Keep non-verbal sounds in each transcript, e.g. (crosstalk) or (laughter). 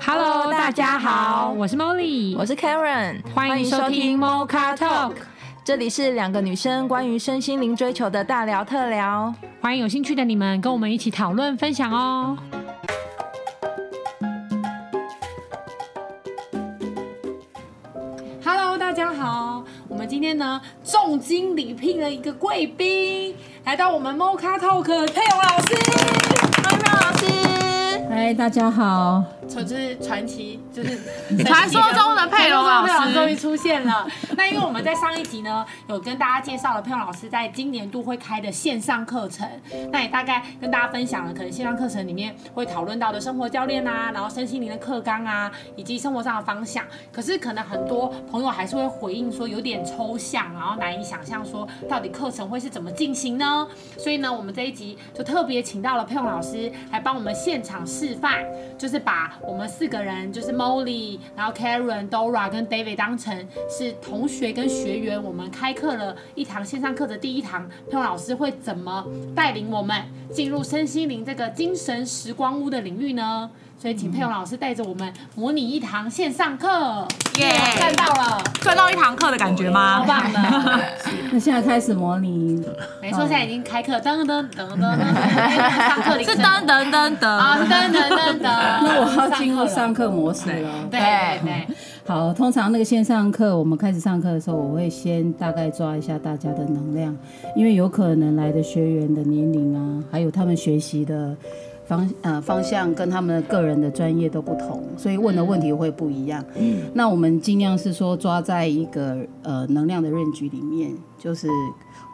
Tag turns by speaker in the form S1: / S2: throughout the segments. S1: Hello，大家好，我是 Molly，
S2: 我是 Karen，
S1: 欢迎收听 Mocha Talk，
S2: 这里是两个女生关于身心灵追求的大聊特聊。
S1: 欢迎有兴趣的你们跟我们一起讨论分享哦。
S3: Hello，大家好，我们今天呢重金礼聘了一个贵宾，来到我们 Mocha Talk 的佩勇老师，哎
S2: 欢迎老师，
S4: 嗨，大家好，
S3: 这就是传奇，就是
S5: 传说中的佩龙老
S3: 佩勇终于
S5: 师，
S3: 出现了。那因为我们在上一集呢，有跟大家介绍了佩勇老师在今年度会开的线上课程，那也大概跟大家分享了，可能线上课程里面会讨论到的生活教练啊，然后身心灵的课纲啊，以及生活上的方向。可是可能很多朋友还是会回应说有点抽象，然后难以想象说到底课程会是怎么进行呢？所以呢，我们这一集就特别请到了佩勇老师来帮我们现场示范，就是把我们四个人，就是 Molly，然后 Karen、Dora 跟 David 当成是同学跟学员，我们开课了一堂线上课的第一堂，佩勇老师会怎么带领我们进入身心灵这个精神时光屋的领域呢？所以请佩勇老师带着我们模拟一堂线上课，
S5: 耶
S3: 看到了，
S5: 赚到一堂课的感觉
S3: 好
S5: 吗？
S3: 棒的！
S4: 那现在开始模拟，
S3: 没错，现在已经开课，噔噔噔噔噔，上课
S5: (laughs)
S3: 铃
S5: 是
S3: 声
S5: 噔噔噔
S3: 啊，
S5: 噔，
S3: 噔噔噔噔，
S4: 那
S3: 那
S4: 我要进入啊上课模式了。
S3: 对对对，
S4: 好，通常那个线上课，我们开始上课的时候，我会先大概抓一下大家的能量，因为有可能来的学员的年龄啊，还有他们学习的方呃方向跟他们个人的专业都不同，所以问的问题会不一样。嗯，那我们尽量是说抓在一个呃能量的认局里面，就是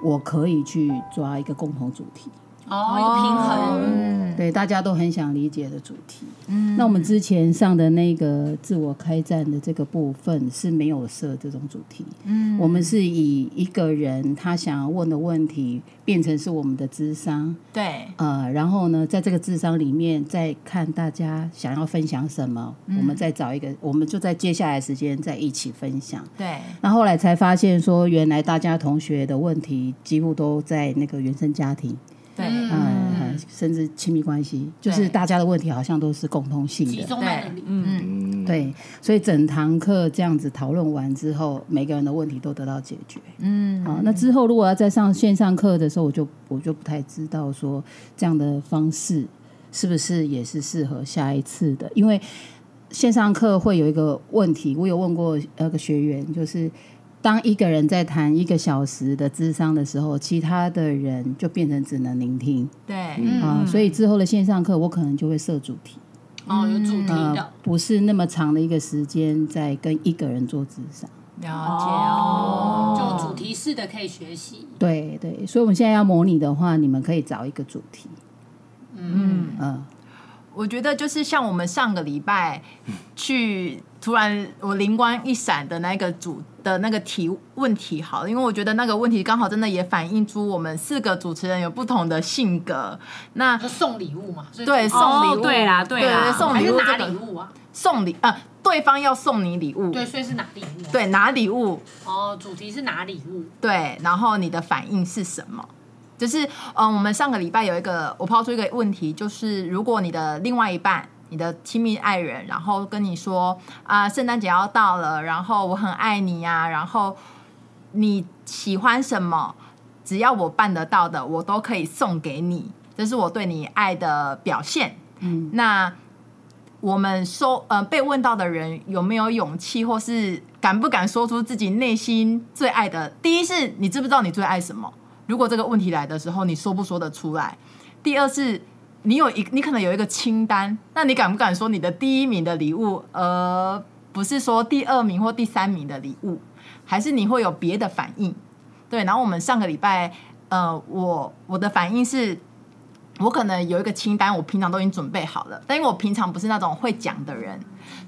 S4: 我可以去抓一个共同主题。
S3: 哦，一个平衡，
S4: 对，大家都很想理解的主题。嗯，那我们之前上的那个自我开战的这个部分是没有设这种主题。嗯，我们是以一个人他想要问的问题变成是我们的智商，
S2: 对，
S4: 呃，然后呢，在这个智商里面再看大家想要分享什么，我们再找一个，我们就在接下来的时间再一起分享。
S2: 对，
S4: 那后来才发现说，原来大家同学的问题几乎都在那个原生家庭。
S2: 对，
S4: 嗯，甚至亲密关系，就是大家的问题好像都是共通性
S3: 集
S4: 的。
S3: 中在那里，
S4: 对，所以整堂课这样子讨论完之后，每个人的问题都得到解决。嗯，好，那之后如果要再上线上课的时候，我就我就不太知道说这样的方式是不是也是适合下一次的，因为线上课会有一个问题，我有问过那个学员，就是当一个人在谈一个小时的智商的时候，其他的人就变成只能聆听。
S2: 对，
S4: 啊、所以之后的线上课我可能就会设主题，
S3: 哦，有主题
S4: 呃
S3: 的，，
S4: 不是那么长的一个时间在跟一个人做智商。
S2: 了解
S5: 嗯
S2: 哦，
S3: 就主题式的可以学习，
S4: 对对，所以我们现在要模拟的话，你们可以找一个主题。嗯嗯，
S5: 我觉得就是像我们上个礼拜去，突然我灵光一闪的那个主的那个提问题，好了，因为我觉得那个问题刚好真的也反映出我们四个主持人有不同的性格。那
S3: 就送礼物嘛，所以哦
S5: 对送礼物，
S6: 对啦对啦
S5: 对送
S3: 还
S5: 礼
S3: 是
S5: 物
S3: 拿
S5: 这
S3: 礼
S5: 个
S3: 物啊，
S5: 送礼啊，对方要送你礼物，
S3: 对，所以是拿礼物，，啊
S5: 对拿礼物，
S3: 哦，主题是拿礼物，
S5: 对，然后你的反应是什么？就是嗯，我们上个礼拜有一个，我抛出一个问题，就是如果你的另外一半。你的亲密爱人，然后跟你说啊，圣诞节要到了，然后我很爱你呀、然后你喜欢什么，只要我办得到的，我都可以送给你，这是我对你爱的表现。嗯，那我们收呃被问到的人有没有勇气，或是敢不敢说出自己内心最爱的？第一是你知不知道你最爱什么？如果这个问题来的时候，你说不说得出来？第二是你有一你可能有一个清单，那你敢不敢说你的第一名的礼物，而不是说第二名或第三名的礼物？还是你会有别的反应？对，然后我们上个礼拜，呃，我我的反应是，我可能有一个清单，我平常都已经准备好了，但因为我平常不是那种会讲的人，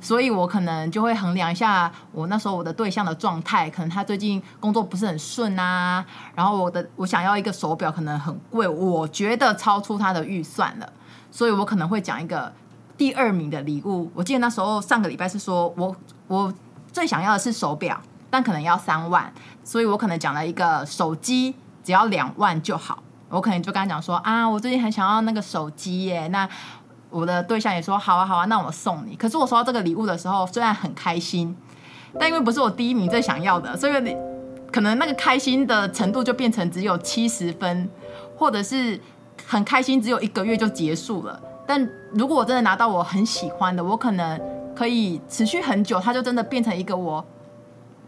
S5: 所以我可能就会衡量一下我那时候我的对象的状态，可能他最近工作不是很顺啊，然后我的我想要一个手表，可能很贵，我觉得超出他的预算了，所以我可能会讲一个第二名的礼物。我记得那时候上个礼拜是说我我最想要的是手表，但可能要三万，所以我可能讲了一个手机只要两万就好。我可能就跟他讲说啊，我最近很想要那个手机耶，那我的对象也说好啊好啊，那我送你。可是我收到这个礼物的时候，虽然很开心，但因为不是我第一名最想要的，所以可能那个开心的程度就变成只有七十分，或者是很开心只有一个月就结束了。但如果我真的拿到我很喜欢的，我可能可以持续很久，它就真的变成一个我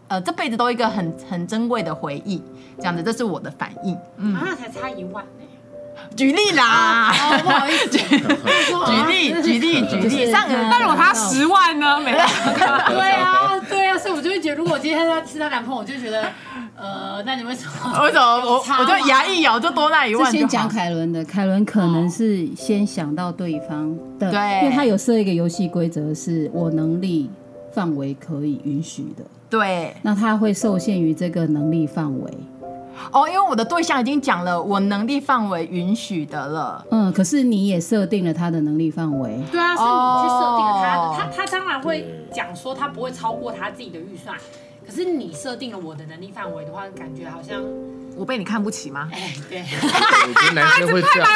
S5: 呃这辈子都一个很很珍贵的回忆。这样子，这是我的反应。嗯，
S3: 啊，才差一万呢、
S5: 举例啦。
S3: 哦，不好意思，
S5: 举例， (laughs) 举
S3: 哦
S5: 例，举例。上个，
S4: 那
S5: 但是我他十万呢？没有。
S3: (laughs) 对啊，对啊，所以我就会觉得，如果我今天他是她男朋友，我就觉得，呃，那你为什么？
S5: 我怎么我
S3: 有差吗
S5: 我就牙一咬就多那一
S4: 这
S5: 万就
S4: 先讲
S5: 好。
S4: 凯伦的，凯伦可能是先想到对方的，
S5: 对
S4: 因为他有设一个游戏规则，是我能力范围可以允许的，
S5: 对
S4: 那他会受限于这个能力范围。
S5: 哦，因为我的对象已经讲了我能力范围允许的了。
S4: 嗯，可是你也设定了他的能力范围，
S3: 对啊，是你去设定了他
S5: 哦
S3: 的，他他当然会讲说他不会超过他自己的预算。可是你设定了我的能力范围的话，感觉好像，
S5: 我被你看不起吗？
S3: 哎，对，
S7: 我觉得男生会这样。
S5: 吗？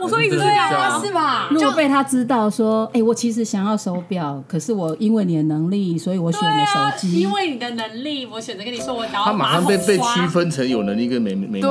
S5: 我说一直是这样
S7: 啊
S5: 吗？
S3: 是吧？
S4: 如果被他知道说，哎、我其实想要手表，可是我因为你的能力，所以我选了手
S3: 对啊
S4: 机。
S3: 因为你的能力，我选择跟你说，我想要
S7: 他马上被
S3: 马桶
S7: 被
S3: 刷
S7: 区分成有能力跟没没能力。
S5: 对，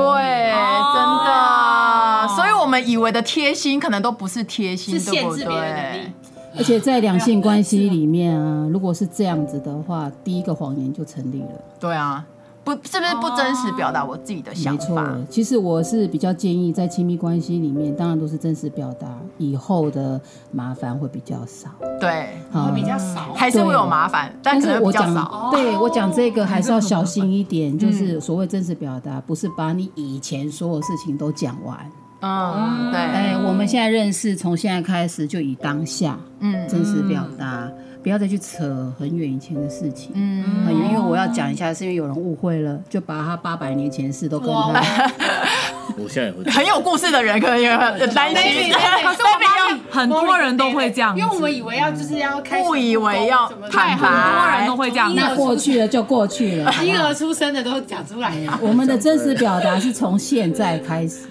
S3: 哦
S5: 真的。所以我们以为的贴心，可能都不是贴心，
S3: 是限制
S5: 对不
S3: 别人的能
S5: 对
S3: 力？。
S4: 而且在两性关系里面啊，如果是这样子的话，第一个谎言就成立了。
S5: 对啊，不是不是不真实表达我自己的想
S4: 没
S5: 法
S4: 错？，其实我是比较建议在亲密关系里面，当然都是真实表达，以后的麻烦会比较少。
S5: 对，
S4: 啊
S3: 会比较少。
S5: 还是会有麻烦，但
S4: 但
S5: 可
S4: 是
S5: 能
S4: 我
S5: 比较
S4: 讲，
S5: 少。
S4: 对我讲这个还是要小心一点，就是所谓真实表达，不是把你以前所有事情都讲完。
S5: 嗯，对，
S4: 哎，我们现在认识，从现在开始就以当下
S5: 嗯
S4: 真实表达，不要再去扯很远以前的事情。
S5: 嗯，
S4: 啊因为我要讲一下，是因为有人误会了，就把他八百年前的事都跟
S3: 哇
S4: 他
S7: 我现在也会这样。
S5: 很有故事的人可能也很担 (laughs) 心，可是我发现
S1: 很多人都会这样子
S3: 因为我们以为要就是要开始
S5: 误以为要
S3: 什么
S5: 坦白
S1: 很多人都会这样
S3: 从婴
S4: (laughs) 那
S3: 儿
S4: 过
S3: 出
S4: 去了就过去 (laughs) 了。
S3: 婴儿出生的都讲出来了。
S4: 我们的真实表达是从现在开始，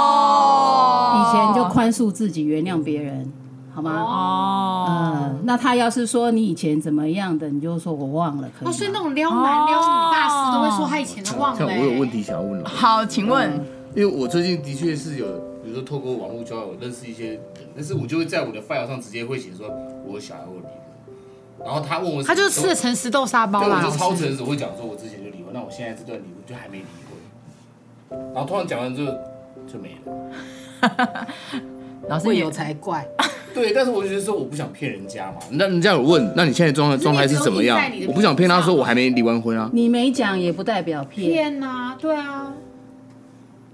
S4: 以
S5: 哦
S4: 前就宽恕自己，原谅别人，好吗？
S1: 哦，
S4: 嗯，那他要是说你以前怎么样的，你就说我忘了，可以吗。
S3: 哦，所以那种撩男、撩女大师都会说他以前都忘了。
S7: 像我有问，题想要问老师，
S5: 好，请问，
S7: 因为我最近的确是有，比如说透过网络交友认识一些人，但是我就会在我的 file 上直接会写说我想要离婚，然后他问我什么时
S3: 他
S7: 候，
S3: 就是吃了诚实豆沙包
S7: 对，我
S3: 啦
S7: 就。超诚实，我会讲说我之前就离婚，那我现在这段离婚就还没离婚，然后突然讲完之后就没了。
S5: 老师
S3: 会
S5: 你
S3: 有才怪，
S7: 对，但是我就觉得说我不想骗人家嘛。那人家有问，那你现在状态
S3: 可是你
S7: 状态是怎么样
S3: 留印在你？的
S7: 我不想骗他说我还没离完婚啊，
S4: 你没讲也不代表骗。
S3: 骗呐，对啊，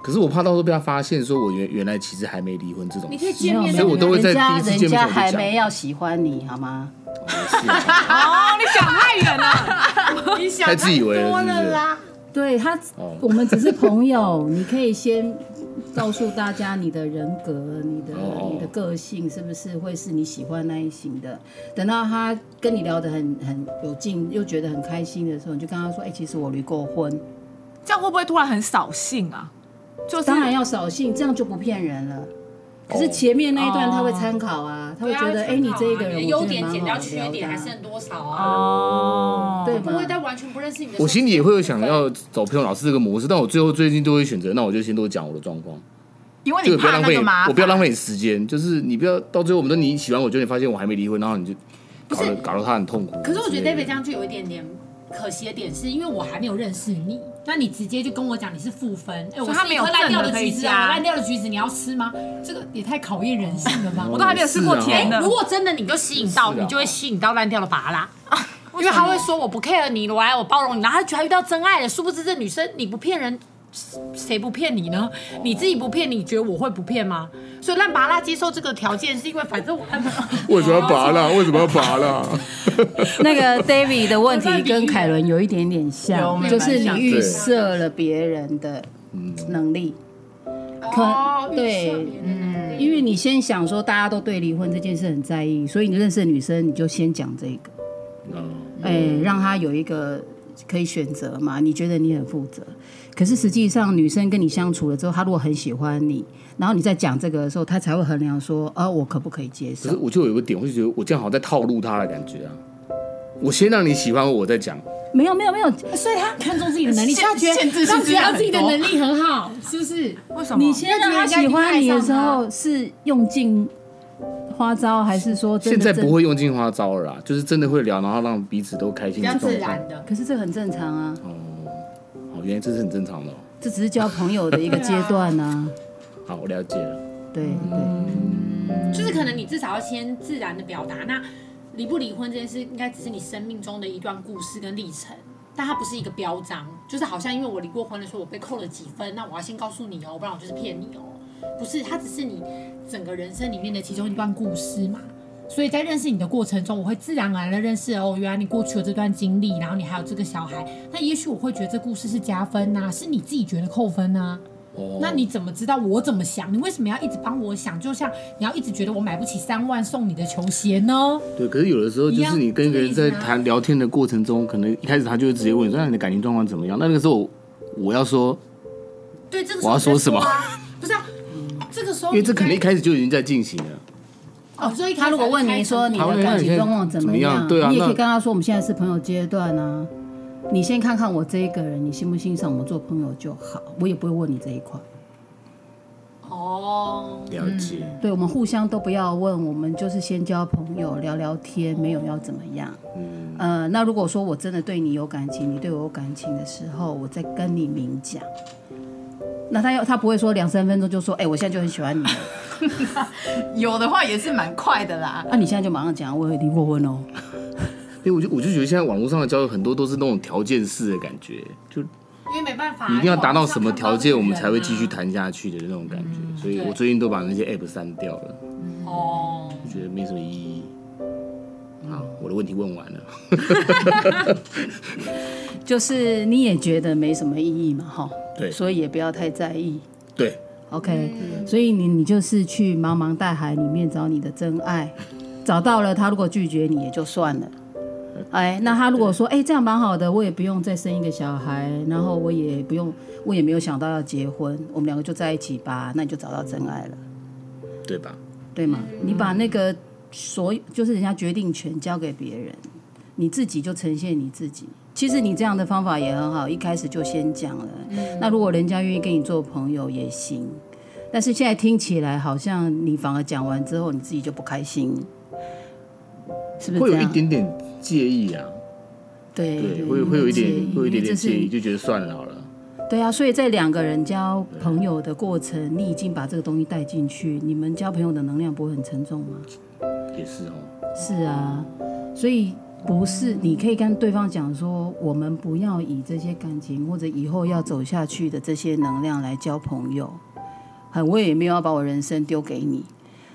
S7: 可是我怕到时候被他发现，说我原原来其实还没离婚这种
S3: 你
S7: 事。
S3: 可以见面
S7: 所以我都会在
S4: 啊人家
S7: 第一次见面的
S4: 人
S7: 时候
S4: 家
S7: 就
S4: 还
S7: 讲
S4: 没要喜欢你，好吗？
S7: 啊
S1: 哦，你想太远了，
S3: 你想
S7: 太自以为了
S3: 多
S7: 是不是
S3: 了啦。
S4: 对他
S7: 哦，
S4: 我们只是朋友，你可以先告诉大家你的人格、你的
S7: 哦
S4: 你的个性是不是会是你喜欢那一型的。等到他跟你聊得很很有劲，又觉得很开心的时候，你就跟他说：“哎、其实我离过婚。
S1: 这样会不会突然很扫兴啊？”就是
S4: 当然要扫兴，这样就不骗人了。可是
S7: 哦
S4: 前面那一段他会参考啊，他会觉得：“哎、你这个人，我
S3: 优
S4: 觉得
S3: 点
S4: 蛮
S3: 减
S4: 好
S3: 掉
S4: 的
S3: 缺点还
S4: 聊的啊
S3: 剩多少啊？
S1: 哦，
S4: 对
S3: 不会，
S4: 吗？
S3: 但完全不认识你的时候。
S7: 我心里也会有想要找佩蓉老师这个模式，但我最后最近都会选择，那我就先多讲我的状况，
S5: 因为
S7: 就
S5: 你
S7: 不要
S5: 怕
S7: 浪
S5: 那
S7: 费
S5: 个麻，
S7: 我不要浪，费你时间，就是你不要到最后我们都你喜欢我，就你发现我还没离婚，然后你就搞得搞得他很痛苦。
S3: 可是我觉
S7: 之
S3: 得
S7: 类
S3: David
S7: 的
S3: 这样就有一点点可惜的点，是因为我还没有认识你，那你直接就跟我讲你是负分，哎、我
S1: 以他
S3: 是
S1: 没
S3: 一
S1: 有
S3: 颗烂掉
S1: 正的可以
S3: 橘子啊，
S1: 加
S3: 我烂掉的橘子你要吃吗？这个也太考验人性了吧！
S1: 我都还没有吃过
S7: 是啊
S1: 甜的
S3: 哎如，果真的你就吸引到，
S7: 是啊
S3: 你就会吸引到烂掉的拔拉。 (laughs) 因为他会说我不 care 你，我来我包容你，然后他觉得他遇到真爱了。殊不知这女生你不骗人，谁不骗你呢？你自己不骗，你觉得我会不骗吗？所以烂拔拉接受这个条件，是因为反正我烂拔
S7: 为什么要拔了？为什么要拔了？
S4: (laughs) 那个 David 的问题跟凯伦有一点点像，就是你预设了别人的能力，嗯
S3: 哦
S4: 可对，嗯，因为你先想说大家都对离婚这件事很在意，所以你认识的女生你就先讲这个，
S7: 嗯
S4: 哎，让她有一个可以选择嘛，你觉得你很负责，可是实际上女生跟你相处了之后，她如果很喜欢你，然后你在讲这个的时候，她才会衡量说，啊，我可不可以接
S7: 可是
S4: 受？
S7: 我就有一个点，我就觉得我这样好像在套路他的感觉啊。我先让你喜欢我，我再讲。
S4: 没有没有没有，
S8: 所以他看重自己的能力，
S5: 限
S8: 他
S3: 啊
S8: 觉
S5: 限制
S8: 得
S5: 性
S8: 他
S5: 质
S8: 觉
S5: 很
S8: 得自己的
S5: 多
S8: 能力很好，是不是？
S5: 为什么？
S4: 你现在让她喜欢你的时候是用尽花招，还是说真
S7: 现
S4: 的
S7: 在
S4: 正
S7: 不？会用尽花招了啦，啊就是真的会聊，然后让彼此都开心
S3: 比
S7: 的
S3: 较
S7: 状
S3: 自
S7: 态。
S3: 然的。
S4: 可是这很正常啊，
S7: 好，原来这是很正常的、哦。
S4: 这只是交朋友的一个阶段啊。
S7: 好，我了解了。
S4: 对对，
S7: 嗯
S3: 就是可能你至少要先自然的表达。那离不离婚这件事，应该只是你生命中的一段故事跟历程，但它不是一个标章。就是好像因为我离过婚的时候，我被扣了几分，那我要先告诉你哦，不然我就是骗你哦。不是，它只是你整个人生里面的其中一段故事嘛。所以在认识你的过程中，我会自然而然的认识哦，原来你过去有这段经历，然后你还有这个小孩，那也许我会觉得这故事是加分呐、是你自己觉得扣分啊呐、
S7: 哦
S3: 那你怎么知道我怎么想？你为什么要一直帮我想？就像你要一直觉得我买不起三万送你的球鞋呢？
S7: 对，可是有的时候
S3: 一
S7: 就
S3: 样
S7: 是你跟一个人
S3: 这个
S7: 在
S3: 意思啊
S7: 谈聊天的过程中，可能一开始他就会直接问你说：“那你的感情状况怎么样？”那那个时候我我要说，
S3: 对，这个时
S7: 我
S3: 候
S7: 要
S3: 你在
S7: 说什么
S3: 说啊？ (laughs) 不是啊，这个时候
S7: 因为这可能
S3: 哦
S7: 一
S3: 你在
S7: 开始就已经在进行了。
S3: 哦，所以
S4: 他如果问你说你的感情状况怎么
S7: 怎么样对啊
S4: 你也可
S7: 那
S4: 以跟他说我们现在是朋友阶段啊。你先看看我这一个人，你欣不欣赏我们做朋友就好，我也不会问你这一块。
S3: 哦，
S7: 了解。
S4: 对，我们互相都不要问，我们就是先交朋友，聊聊天，没有要怎么样。嗯，呃，那如果说我真的对你有感情，你对我有感情的时候，我再跟你明讲。那他要他不会说两三分钟就说，哎、我现在就很喜欢你了，
S5: 有的话也是蛮快的啦。
S4: 啊，你现在就马上讲，我有离过婚哦。
S7: 因为我就我就觉得现在网络上的交友很多都是那种条件式的感觉，就你
S3: 因为没办法，
S7: 一定要达到什么条件，
S3: 因为
S7: 我
S3: 网
S7: 们
S3: 上看
S7: 才
S3: 不
S7: 会
S3: 到这个
S7: 继续
S3: 人啊。
S7: 谈下去的那种感觉。所以
S3: 对
S7: 我最近都把那些 app 删掉了，
S3: 哦，
S7: 就觉得没什么意义。好，我的问题问完了。
S4: 就是你也觉得没什么意义嘛，哈，
S7: 对
S4: 所以也不要太在意
S7: 对，
S4: ，OK、所以你你就是去茫茫大海里面找你的真爱，找到了他如果拒绝你也就算了。哎，那他如果说，哎、这样蛮好的，我也不用再生一个小孩，然后我也不用，我也没有想到要结婚，我们两个就在一起吧，那你就找到真爱了，
S7: 对吧？
S4: 对吗？你把那个所有，就是人家决定权交给别人，你自己就呈现你自己。其实你这样的方法也很好，一开始就先讲了。那如果人家愿意跟你做朋友也行，但是现在听起来好像你反而讲完之后你自己就不开心，是不是
S7: 会
S4: 这
S7: 有
S4: 样？
S7: 一点点介意啊，
S4: 对嗯
S7: 对，会会有一点
S4: 介意
S7: 会有
S4: 因为
S7: 一点点
S4: 这是
S7: 介意，就觉得算了好了。
S4: 对啊，所以在两个人交朋友的过程，你已经把这个东西带进去，你们交朋友的能量不会很沉重吗？
S7: 也是哦，
S4: 是啊，所以不是，你可以跟对方讲说，我们不要以这些感情或者以后要走下去的这些能量来交朋友。很，我也没有要把我人生丢给你，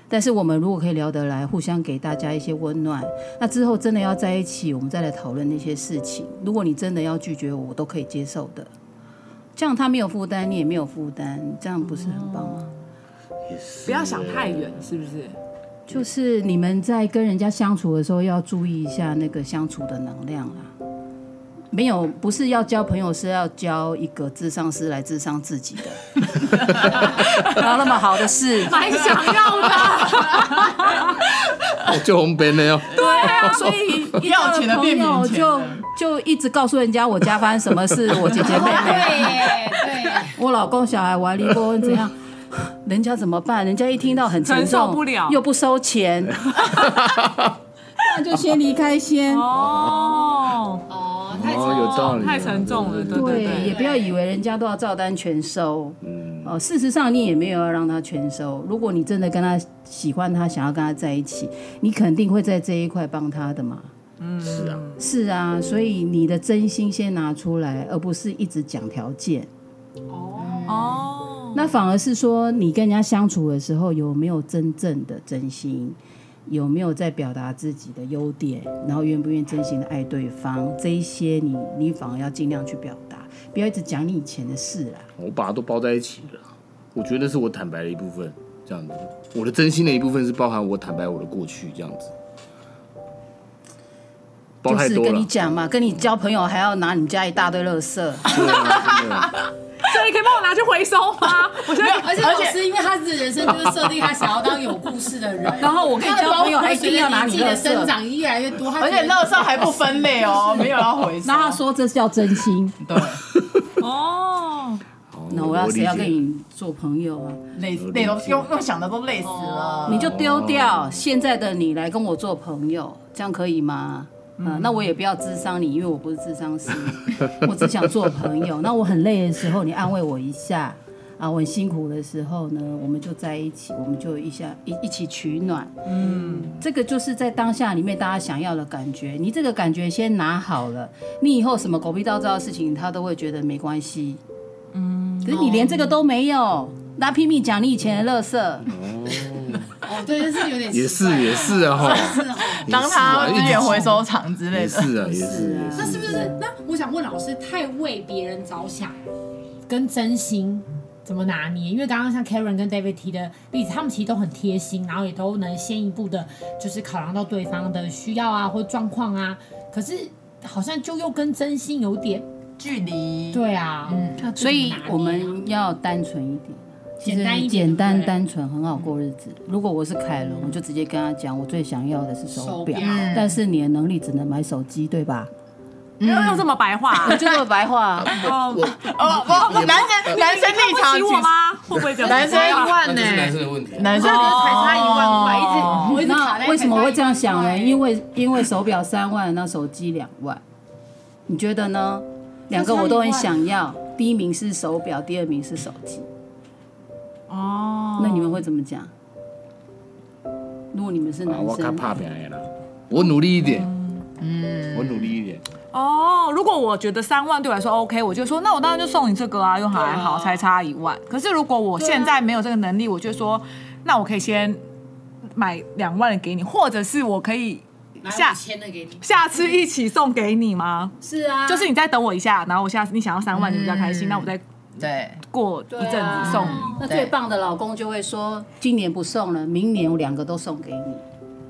S4: 但是我们如果可以聊得来，互相给大家一些温暖，那之后真的要在一起，我们再来讨论那些事情。如果你真的要拒绝我，我都可以接受的。这样他没有负担，你也没有负担，这样不是很棒吗？
S7: 也是。
S1: 不要想太远，是不是？
S4: 就是你们在跟人家相处的时候，要注意一下那个相处的能量啦。没有，不是要交朋友，是要交一个智商师来智商自己的。哪有那么好的事？
S1: 蛮想要的， (laughs)
S7: 哦，就红边了哟。
S4: 所以一
S5: 要钱的变
S4: 朋友
S5: 没钱
S4: 就
S5: 的
S4: 就一直告诉人家我家发生什么事，我姐姐妹妹，
S3: 对耶，对耶，
S4: 我老公小孩我还离过婚怎样？ (sighs) 人家怎么办？人家一听到很沉重，
S1: 承受不了
S4: 又不收钱，那就先离开先。
S1: 哦，
S3: 哦，太
S7: 哦，有道理啊，
S1: 太沉重了，对
S4: 对，也
S1: 对，
S4: 不要以为人家都要照单全收。嗯，哦，事实上你也没有要让他全收。如果你真的跟他喜欢他，想要跟他在一起，你肯定会在这一块帮他的嘛。
S7: 是啊，
S4: 是啊，所以你的真心先拿出来，而不是一直讲条件。
S1: 哦，
S4: 那反而是说，你跟人家相处的时候，有没有真正的真心？有没有在表达自己的优点？然后愿不愿意真心的爱对方？这一些你你反而要尽量去表达，不要一直讲你以前的事啦。
S7: 我把它都包在一起了。我觉得那是我坦白的一部分，这样子。我的真心的一部分是包含我坦白我的过去，这样子，包
S4: 就
S7: 太
S4: 是
S7: 多
S4: 跟
S7: 了
S4: 你。讲嘛，跟你交朋友还要拿你们家一大堆垃圾，
S7: 对啊真的
S9: 所以你可以帮我拿去回收
S1: (laughs)
S9: 吗？我觉得
S3: 而且老师，因为他的人生就是设定他想要当有故事的人，然
S4: 然后 (laughs) 哦我可以交朋友还一定要拿你
S3: 的
S4: 垃
S3: 生
S4: 圾。
S3: 长越来越多，他
S5: 而且
S3: 那
S5: 垃圾还不分类哦，没有要回收
S4: 然。后他说这是叫真心，
S1: (laughs)
S9: 哦，
S7: 哦
S4: 那我要
S7: 理
S4: 谁要
S7: 解
S4: 跟你做朋友啊？
S5: 累累都用用想的都累死了。
S4: 你就丢掉现在的你来跟我做朋友，这样可以吗？啊、那我也不要智商你，因为我不是智商师， (laughs) 我只想做朋友。那我很累的时候，你安慰我一下啊；我很辛苦的时候呢，我们就在一起，我们就一下一一起取暖。嗯，这个就是在当下里面大家想要的感觉。你这个感觉先拿好了，你以后什么狗屁倒灶的事情，他都会觉得没关系。嗯，可是你连这个都没有，那拼命讲你以前的垃圾。
S3: 哦，对，就是有点
S7: 也
S3: 奇怪
S7: 是也是啊哈，啊
S3: 是哦
S5: 当他资源回收厂之类
S7: 也
S5: 的，
S7: 是啊也是也
S3: 那是不是？那我想问老师，太为别人着想跟真心怎么拿捏？因为刚刚像 Karen 跟 David 提的例子，他们其实都很贴心，然后也都能先一步的，就是考量到对方的需要啊或状况啊。可是好像就又跟真心有点
S5: 距离
S3: 对啊，嗯，
S4: 所以我们要单纯一点，其实
S3: 简单一点
S4: 简
S3: 对
S4: 单
S3: 不对
S4: 单纯很好过日子。如果我是凯伦，我就直接跟他讲，我最想要的是手
S3: 手
S4: 表
S3: 表，嗯
S4: 但是你的能力只能买手机，对
S3: (laughs)
S4: 吧？
S1: 嗯
S9: 不要用这么白话
S1: (laughs)
S4: 我。就这么白话，
S9: 哦，
S5: 哦，
S7: 啊
S5: 我男生男生立
S9: 看
S5: 场
S9: 不起我吗？会不会觉得
S5: 男生一
S6: 那
S5: 万
S6: 就是男生的问题啊。
S5: 男生哦才差一万块，一
S3: 我一直卡在
S4: 那为什么会这样想呢？因
S3: 为
S4: 为因为手表三万，那手机两万，你觉得呢？两个我都很想要，第一名是手表，第二名是手机。
S9: 哦，
S4: 那你们会怎么讲？如果你们是男
S7: 啊，我较
S4: 生，
S7: 怕拼的啦，我努力一点，嗯，我努力一点，
S9: 哦，如果我觉得三万对我来说 OK，我就说那我当然就送你这个啊，又还好，才差一万。可是如果我现在没有这个能力，我就说那我可以先买两万给你，或者是我可以下
S3: 签的给你，
S9: 下次一起送给你吗？
S4: 是啊
S9: 就是你再等我一下，然后我下次你想要三万，你比较开心，那我再
S5: 直对，
S9: 过一阵子送你。
S4: 那最棒的老公就会说，今年不送了，明年我两个都送给你。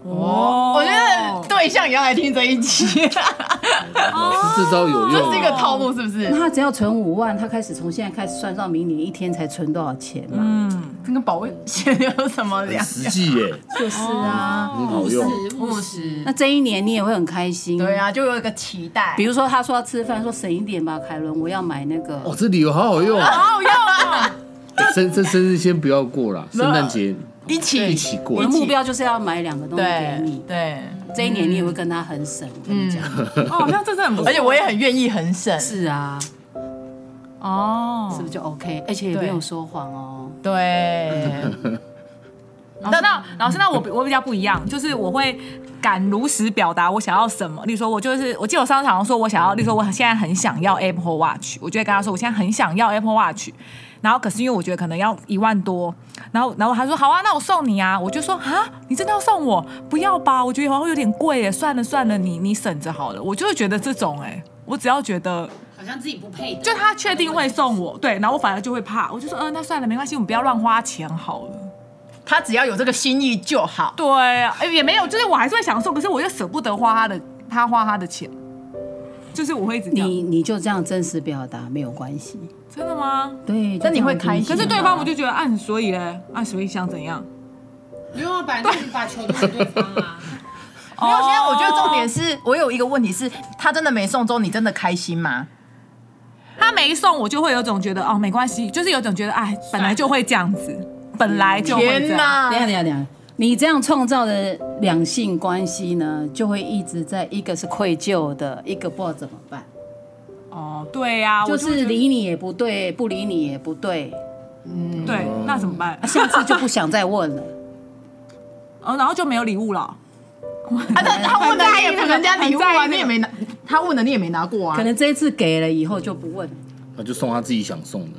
S9: 哦
S5: 我觉得对象也要来听这一集，
S7: 是这招有
S5: 这是一
S7: 用啊
S5: 个套路，是不
S4: 那
S5: 是？
S4: 他只要存五万，他开始从现在开始算到明年一天才存多少钱嘛？
S5: 嗯这跟保卫险有什么
S7: 很
S5: 两？
S7: 实际耶，
S4: 就是啊。
S7: 很好用，
S5: 务实
S4: 那这一年你也会很开心。
S5: 对。啊，就有一个期待
S4: 比。如说他说要吃饭，说省一点吧，凯伦，我要买那个。
S7: 哦，这理由好好用啊，
S9: 好用啊！
S7: (laughs) 生这生日先不要过啦，圣诞节
S5: 一起
S7: 一起过
S4: 我的，目标就是要买两个东西给
S5: 对
S4: 你。
S5: 对，嗯
S4: 这一年你也会跟他很省，我跟你讲。
S9: 哦，好像这真的很不错
S5: 而且我也很愿意很省，
S4: 是啊，是
S9: 哦
S4: 不。是就 OK？而且也
S5: 哦对
S4: 没有说谎哦。
S5: 对，
S9: 那那老师，那我比我比较不一样，就是我会敢如实表达我想要什么。例如说，我就是我记得我上次好像说我想要，例如说我现在很想要 Apple Watch，我就会跟他说我现在很想要 Apple Watch。然后可是因为我觉得可能要一万多，然后然后他说好啊，那我送你啊，我就说啊，你真的要送我？不要吧，我觉得好像有点贵耶，算了算了，你你省着好了。我就会觉得这种哎，我只要觉得
S3: 好像自己不配的，
S9: 就他确定会送我，对，然后我反而就会怕，我就说嗯、呃那算了，没关系，我们不要乱花钱好了。
S5: 他只要有这个心意就好。
S9: 对啊，哎也没有，就是我还是会享受，可是我又舍不得花他的，他花他的钱，就是我会一直这样
S4: 你你就这样真实表达没有关系。
S9: 真的吗？
S4: 对，就
S5: 但你会
S4: 这样
S5: 开
S4: 跟
S5: 心
S9: 可是
S5: 吗
S9: 对方我就觉得，啊，所以嘞，啊，所以想怎样？
S3: (laughs) 没有啊，本来就是把球都给对方啊，
S5: 没有，现在我觉得重点是我有一个问题是，他真的没送之后，你真的开心吗？
S9: 他没送，我就会有种觉得，哦，没关系，就是有种觉得，哎，本来就会这样子，本来就会这样。
S4: 等一下，等一下，等一下，你这样创造的两性关系呢，就会一直在一个是愧疚的，一个不知道怎么办，
S9: 哦，对呀、啊，
S4: 就
S9: 我会
S4: 是
S9: 觉得
S4: 理你也不对，不理你也不对，
S9: 对，
S5: 嗯
S9: 那怎么办
S4: 啊、？下次就不想再问了。
S9: (laughs) 哦，然后就没有礼物了。
S5: 啊，他他问了你也不人家礼物啊，
S9: 很在意那个
S5: 你也没拿，他问了你也没拿过
S4: 可
S5: 啊，
S4: 能这一次给了以后就不问，
S7: 那就送他自己想送的，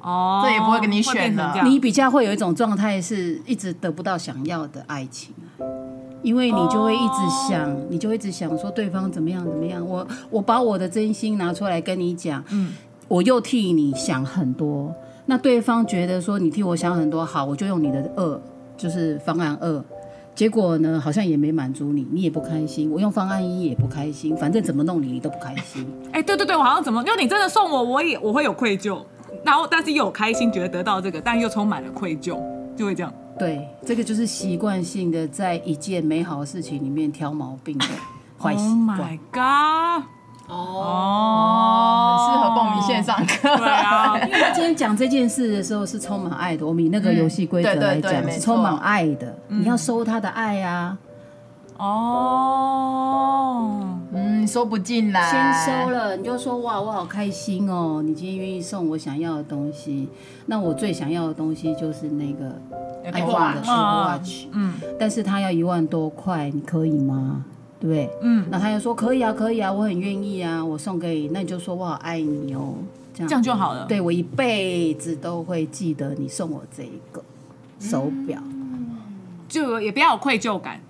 S9: 哦，
S5: 这也不会给你选了
S9: 变成这样
S4: 你比较会有一种状态是一直得不到想要的爱情啊。因为你就会一直想，你就会一直想说对方怎么样怎么样，我我把我的真心拿出来跟你讲，嗯，我又替你想很多，那对方觉得说你替我想很多，好，我就用你的二，就是方案二，结果呢，好像也没满足你，你也不开心。我用方案一也不开心，反正怎么弄你你都不开心。
S9: 哎、对对对，我好像怎么，因为你真的送我，我也我会有愧疚，然后但是又有开心，觉得得到这个，但又充满了愧疚，就会这样。
S4: 对，这个就是习惯性的在一件美好的事情里面挑毛病的坏习
S9: Oh
S4: 惯
S9: my。god！
S3: 哦，
S9: 哦，
S5: 适合报名线上课。 (laughs)
S9: 对啊，
S4: 因为他今天讲这件事的时候是充满爱的，我们以那个游戏规
S5: 嗯
S4: 则
S5: 对对
S4: 来
S5: 对
S4: 讲
S5: 没
S4: 是
S5: 错嗯
S4: 充满爱的，你要收他的爱啊，
S9: 哦，
S5: 嗯，说不进来，
S4: 先收了你就说哇，我好开心哦，你今天愿意送我想要的东西，那我最想要的东西就是那个
S5: Apple
S4: iPhone 的
S5: Watch
S4: Apple Watch，
S9: 嗯
S4: 但是他要一万多块，你可以吗？对不对？
S9: 嗯，
S4: 那他又说可以啊，可以啊，我很愿意啊，我送给你，那你就说我好爱你哦，这样
S9: 这样就好了。
S4: 对我一辈子都会记得你送我这一个手表。
S9: 嗯就也不要有愧疚感。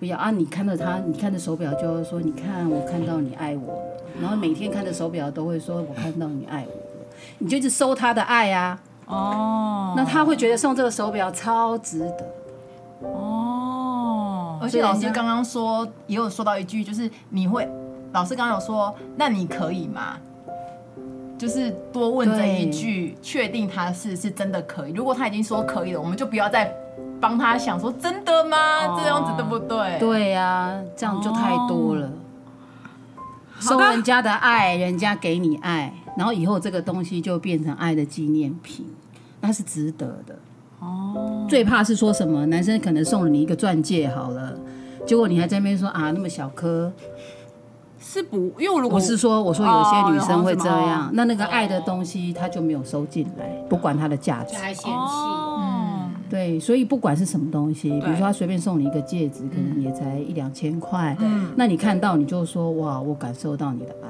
S4: 不要啊！你看到他，你看着手表就要说，你看我看到你爱我了，然后每天看着手表都会说，我看到你爱我了，你就一直收他的爱啊，
S9: 哦
S4: 那他会觉得送这个手表超值得。
S9: 哦，
S5: 而且老
S9: 啊
S5: 师刚刚说，也有说到一句，就是你会，老师刚刚有说，那你可以吗？就是多问这一句，确定他是是真的可以。如果他已经说可以了，我们就不要再帮他想说真的吗？
S9: 哦
S5: 这样子对不对？，
S9: 哎
S4: 对呀、啊，这样就太多了。
S9: 哦
S4: 收人家的爱，人家给你爱，然后以后这个东西就变成爱的纪念品，那是值得的。哦，最怕是说什么男生可能送了你一个钻戒好了，结果你还在那边说啊那么小颗，
S9: 是不，因为我如果
S4: 我是说，我说有些女生会这
S9: 哦有
S4: 样，
S9: 什么
S4: 那那个爱的东西她就没有收进来，不管它的价值
S3: 就。还嫌弃，
S9: 哦，
S4: 对，所以不管是什么东西，比如说她随便送你一个戒指，可
S9: 嗯
S4: 能也才一两千块，那你看到你就说哇，我感受到你的爱。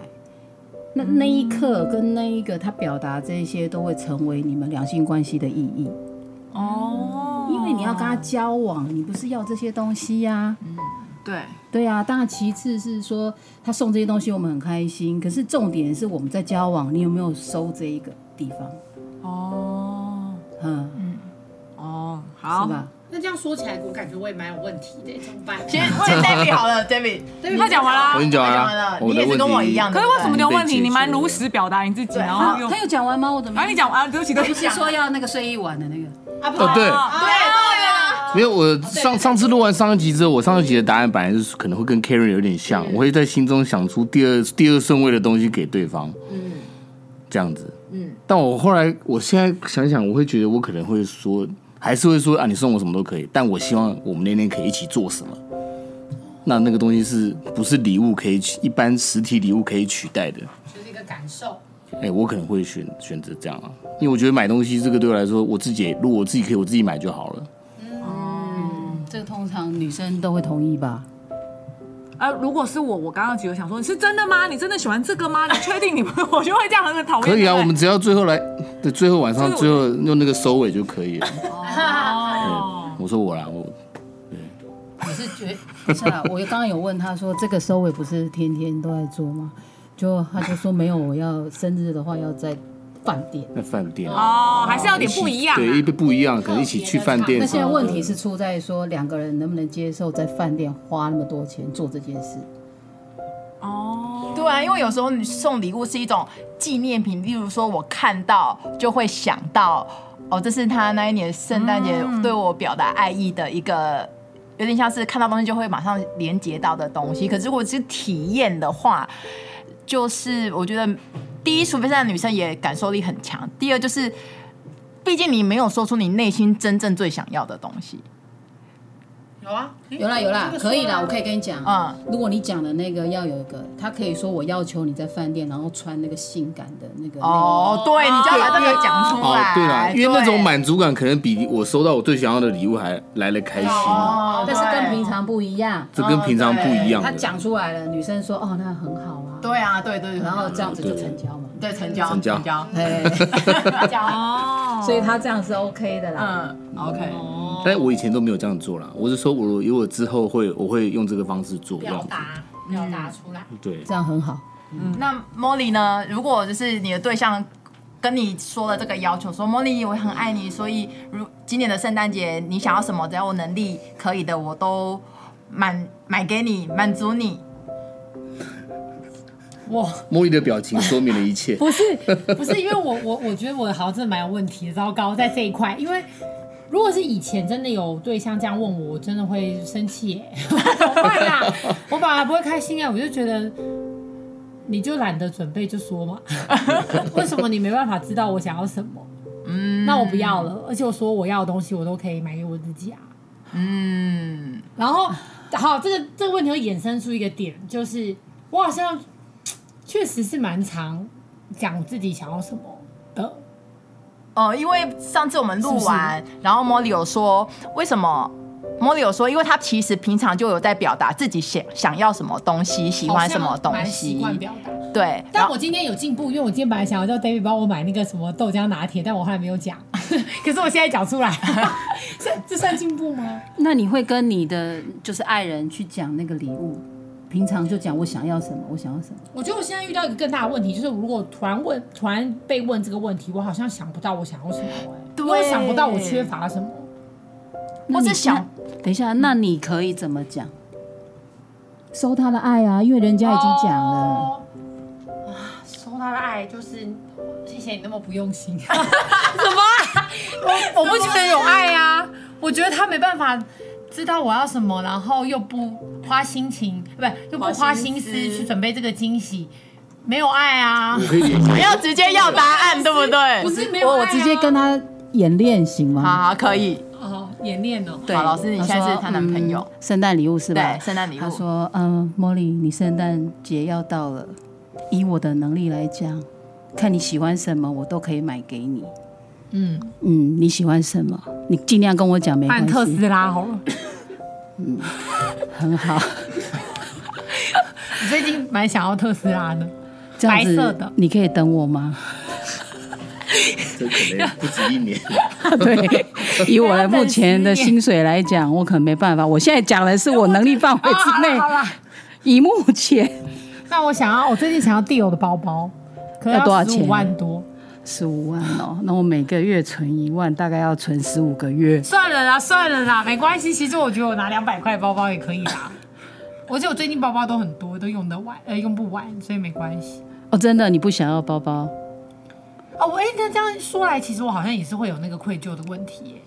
S4: 那
S9: 嗯
S4: 那一刻跟那一个他表达这些都会成为你们两性关系的意义，
S9: 哦，
S4: 嗯因为你要跟他交往，你不是要这些东西呀、
S9: 嗯对，
S4: 对啊，当然其次是说他送这些东西我们很开心，可是重点是我们在交往，你有没有收这一个地方？
S9: 哦
S4: 嗯，
S9: 哦，好
S4: 是，吧？
S3: 那这样说起来，我感觉我也蛮有问题的，怎么办？
S5: 先问 David 好了，David，
S9: (laughs) 他讲完
S7: 我
S9: 啦
S7: 跟。你讲
S5: 他讲
S7: 完
S5: 完
S7: 了
S5: 了，，
S7: 我
S5: 你也
S7: 的问
S5: 是
S7: 题
S5: 跟我一样，
S9: 可是为什么你
S5: 对
S9: 的问题
S7: 被接
S9: 你蛮
S7: 住了
S9: 如实表达你自己，
S5: 对
S9: 然
S5: 好
S9: 后又
S4: 他有讲完吗？我怎么
S9: 啊
S4: 没？
S9: 你讲啊，对不起，对不
S4: 不
S9: 起
S4: 是，说要那个睡一晚的那个？
S7: 哦，对，
S5: 不对？对啊，
S7: 没有，我上上次录完上一集之后，我上一集的答案本来是可能会跟 Karen 有点像，我会在心中想出第二第二顺位的东西给对方，嗯，这样子，嗯。但我后来，我现在想想，我会觉得我可能会说，还是会说啊，你送我什么都可以，但我希望我们那天可以一起做什么。那那个东西是不是礼物可以取一般实体礼物可以取代的？
S3: 就是一个感受，
S1: 嗯
S7: 哎、我可能会选选择这样啊，因为我觉得买东西这个对我来说，我自己也如果我自己可以，我自己买就好了。
S4: 这个通常女生都会同意
S5: (laughs)
S4: 吧？
S9: 啊，如果是我，我刚刚只有想说，你是真的吗？你真的喜欢这个吗？你确定你不？ (laughs) 我就会这样很讨厌。
S7: 可以啊，
S9: 对不对
S7: 我们只要最后来，对，最后晚上
S9: 最
S7: 最
S9: 后
S7: 后用那个收尾就可以了。
S9: 哦，
S7: (laughs) 我说我啦，我
S4: 我是觉不是啊，我刚刚有问他说，这个收尾不是天天都在做吗？就他就说没有，我要生日的话要在饭店。
S7: 在饭店
S9: 哦，还是要有点不一样啊。
S7: 对，一不不一样，可能一起去饭店。
S4: 那现在问题是出在说两个人能不能接受在饭店花那么多钱做这件事？
S9: 哦，
S5: 对啊，因为有时候你送礼物是一种纪念品，例如说我看到就会想到，哦，这是他那一年圣诞节对我表达爱意的一个。有点像是看到东西就会马上连接到的东西，可是如果是体验的话，就是我觉得第一，除非现在女生也感受力很强；第二，就是毕竟你没有说出你内心真正最想要的东西。
S3: 有啊，
S4: 有啦有啦，可以啦，我可以跟你讲。
S5: 嗯
S4: 如果你讲的那个要有一个，他可以说我要求你在饭店，然后穿那个性感的那个内衣。
S5: 哦，对，你就要把这个讲出
S7: 哦
S5: 来。，
S7: 对啦，因为那种
S5: 对啊
S7: 满足感可能比我收到我最想要的礼物还来的开心，啊
S9: 啊
S5: 哦，
S4: 但是跟
S5: 对
S4: 平常不一样。
S7: 这跟平常不一样
S4: 他
S9: 哦
S7: 的。
S4: 讲出来了，女生说哦，那很好啊，
S5: 哦对啊，对
S3: 嗯
S5: 对，对
S4: 然后这样子就成交嘛。
S5: 对成交
S7: 成交
S5: 交，
S4: 哎，所以他这样是 OK 的啦。
S5: 哦嗯，OK，
S7: 但我以前都没有这样做啦，我是说我如果之后会，我会用这个方式做。这
S3: 表
S7: 样子
S3: 达
S1: 嗯
S3: 表达出来，
S7: 对
S4: 这样很好。
S5: 那 Molly 呢？如果就是你的对象跟你说了这个要求，说茉莉，我很爱你，所以如今年的圣诞节你想要什么，只要我能力可以的，我都满买给你，满足你。
S7: 茉莉的表情说明了一
S9: (laughs)
S7: 切。
S1: 不是不是，因为我 (laughs) 我我觉得我好像真的蛮有问题的，糟糕，在这一块，因为如果是以前真的有对象这样问我，我真的会生气耶，怎么办啊？ (laughs) 我本来不会开心啊，我就觉得。你就懒得准备就说
S3: (laughs)
S1: 嘛，为什么你没办法知道我想要什么？嗯，那我不要了，而且我说我要的东西我都可以买给我自己啊。嗯，然后好，这个这个问题会衍生出一个点，就是我好像确实是蛮常讲自己想要什么的。
S5: 哦，因为上次我们录完，然后茉莉有说为什么？茉莉有说，因为她其实平常就有在表达自己想想要什么东西，喜欢什么东
S3: 好像蛮习
S5: 西。
S3: 惯表达。
S5: 对，然
S1: 但
S5: 后
S1: 我今天有进步，因为我今天本来想要叫 David 帮我买那个什么豆浆拿铁，但我后来没有讲， (laughs) 可是我现在讲出来， (laughs) 这这算进步吗？
S4: 那你会跟你的就是爱人去讲那个礼物？平常就讲我想要什么，我想要什么。
S3: 我觉得我现在遇到一个更大的问题，就是如果突然问，突然被问这个问题，我好像想不到我想要什么、欸，
S5: 对
S3: 我也想不到我缺乏什么。
S4: 那
S5: 或
S4: 你
S5: 是想嗯
S4: 那等一下，那你可以怎么讲？收他的爱啊，因为人家已经讲了。
S3: 哦啊，收他的爱就是谢谢你那么不用心。 (laughs) 什么啊？我我不觉得有爱啊，我觉得他没办法知道我要什么，然后又不花心情，不又不花心思去准备这个惊喜，没有爱啊。
S7: 我可以联系
S5: 不要直接要答案，对不对？
S3: 不是没有
S4: 我
S3: 爱、啊，
S4: 我直接跟他演练行吗？
S5: 好好可以。
S3: 哦演练哦。
S4: 对
S5: 好老师你
S4: 他
S5: 现在是
S4: 说
S5: 她男朋友
S4: 嗯圣诞礼物是吧？
S5: 对圣诞礼物
S4: 他说：“嗯，茉莉，你圣诞节要到了，以我的能力来讲，看你喜欢什么，我都可以买给你。嗯嗯，你喜欢什么，你尽量跟我讲，没
S3: 按
S4: 关
S3: 特
S4: 系，
S3: 斯拉好了，
S4: 很
S5: (laughs)
S4: 好。
S3: 我最近蛮想要特斯拉的。
S4: 这样
S3: 白色
S4: 子
S3: 的，
S4: 你可以等
S5: (laughs)
S4: 我吗？
S7: 这可能不止一年。
S9: (laughs)
S4: 对，以我的目前的薪水来讲，我可能没办法。我现在讲的是我能力范围之
S5: (laughs)
S4: 内，以目前
S3: 那我想要，我最近想要 d 友的包包，可能
S4: 要多少钱
S3: 五万多。
S4: 十五万哦，那我每个月存一万，大概要存十五个月。
S3: 算了啦，算了啦，没关系。其实我觉得我拿两百块包包也可以啦。 (laughs) 而且我最近包包都很多，都用得完，呃，用不完，所以没关系。
S4: 哦，真的，你不想要包包？
S3: 哦，我哎，那这样说来，其实我好像也是会有那个愧疚的问题耶。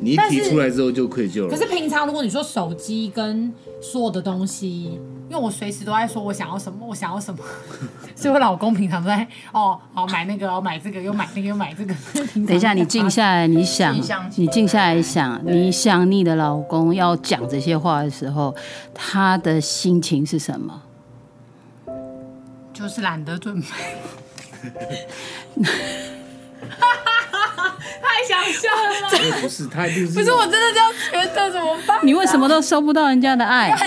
S7: 你一提出来之后就愧疚
S3: 可
S7: 了
S3: 是。平常如果你说手机跟所有的东西，因为我随时都在说我想要什么，我想要什么， (laughs) 所以我老公平常都在哦，好买那个，买这个，又买那个，又买这个。 (laughs)
S4: 等一下，你静下来，你想
S5: 静下，心
S4: 你静下来想，你想你的老公要讲这些话的时候，他的心情是什么？
S3: 就是懒得准备。太想笑了，
S7: 不是，他一定是
S3: 不是我真的这样觉得怎么办？
S4: 你为什么都收不到人家的
S5: (laughs)
S4: 爱？
S9: 哎、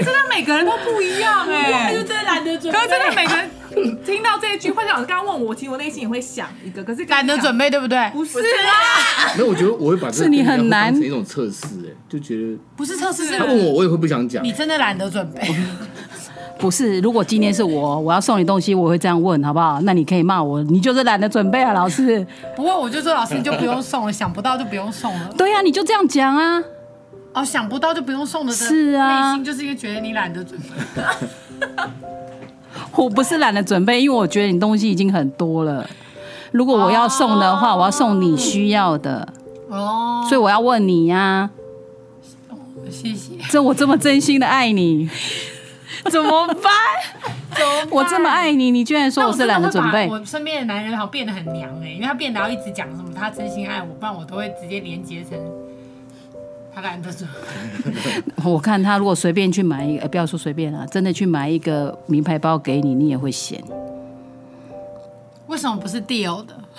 S9: 真的每个人都不一样哎、
S3: 就真的懒得准
S9: 可
S3: 备，
S9: 是真的每个人听到这一句，幻想老师刚刚问我，其实我内心也会想一个，可是
S3: 懒得准备，对不对？
S9: 不是啊啦，
S7: 没有，我觉得我会把这个
S4: 是你
S7: 跟人家
S4: 很
S7: 会
S4: 难
S7: 当成一种测试，哎，就觉得
S3: 不是测试，
S7: 他问我，我也会不想讲
S3: 你。真的懒得准备。
S4: 不是，如果今天是我，我要送你东西，我会这样问，好不好？那你可以骂我，你就是懒得准备啊，老师。
S3: 不过我就说老师你就不用送了，想不到就不用送了。
S4: 对呀、你就这样讲啊。
S3: 哦，想不到就不用送的，
S4: 是啊
S3: 内心就是因为觉得你懒得准备。
S4: 我不是懒得准备，因为我觉得你东西已经很多了。如果我要送的话，我要送你需要的，
S3: 哦，
S4: 所以我要问你啊呀、
S3: 谢谢。
S4: 这我这么真心的爱你，怎么办？我这么爱你，你居然说
S3: 那
S4: 我是懒得准
S3: 我真
S4: 备
S3: 的会把？我身边的男人好像变得很娘哎、因为他变得要一直讲什么他真心爱我，不然我都会直接连接成他懒得准备。
S4: 我看他如果随便去买一个，呃不要说随便啊，真的去买一个名牌包给你，你也会嫌。
S3: 为什么不是 deal 的？ (laughs)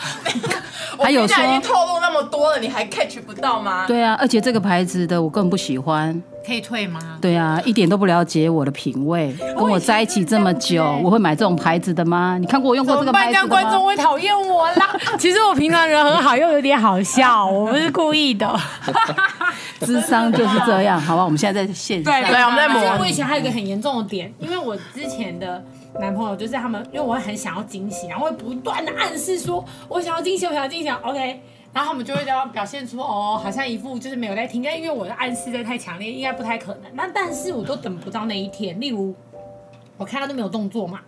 S4: 还有说
S5: 我跟你讲已经透露那么多了，你还 catch 不到吗？
S4: 对啊，而且这个牌子的我根本不喜欢，
S3: 可以退吗？
S4: 对啊，一点都不了解我的品味，跟我在一起这么久，我会买这种牌子的吗？你看过我用过这
S3: 怎
S4: 个
S3: 么办？这
S4: 牌子
S3: 样
S4: 的
S3: 观众
S4: 吗？
S3: 会讨厌我啦。 (laughs) 其实我平常人很好，又有点好笑，我不是故意 (laughs) 的。
S4: 智商就是这样，好吧？我们现在在线上，
S9: 对，我们在
S3: 而且
S9: 磨
S3: 我以前还有一个很严重的点，因为我之前的男朋友就是他们，因为我很想要惊喜，然后会不断的暗示说我想要惊喜，我想要惊喜，OK。然哦后他们就会要表现出哦，好像一副就是没有在听，但因为我的暗示在太强烈，应该不太可能。那但是我都等不到那一天，例如我看他都没有动作嘛，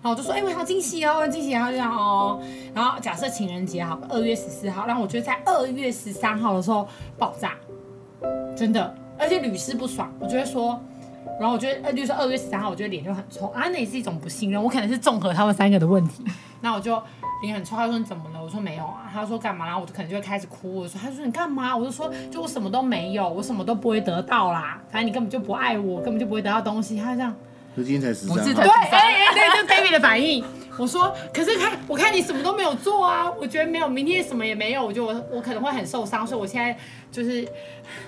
S3: 然后我就说，哎、我好惊喜哦，我惊喜哦，然后就这样哦。然后假设情人节好了，二月十四号，然后我觉得在二月十三号的时候爆炸，真的，而且屡试不爽，我就会说。然后我觉得，呃，就是二月十三号，我觉得脸就很臭，啊，那也是一种不信任，我可能是综合他们三个的
S5: (laughs)
S3: 问题。那我就脸很臭，他说你怎么了？我说没有啊。他说干嘛？然后我就可能就会开始哭。我说，他说你干嘛？我就说，就我什么都没有，我什么都不会得到啦。反正你根本就不爱我，根本就不会得到东西。他就这样，
S7: 可今天才十
S5: 不是
S7: 三
S5: 才
S7: 号
S3: 对，，哎哎，对，就 David 的反应。我说，可是看，我看你什么都没有做啊，我觉得没有，明天什么也没有，我觉得我我可能会很受伤，所以我现在就是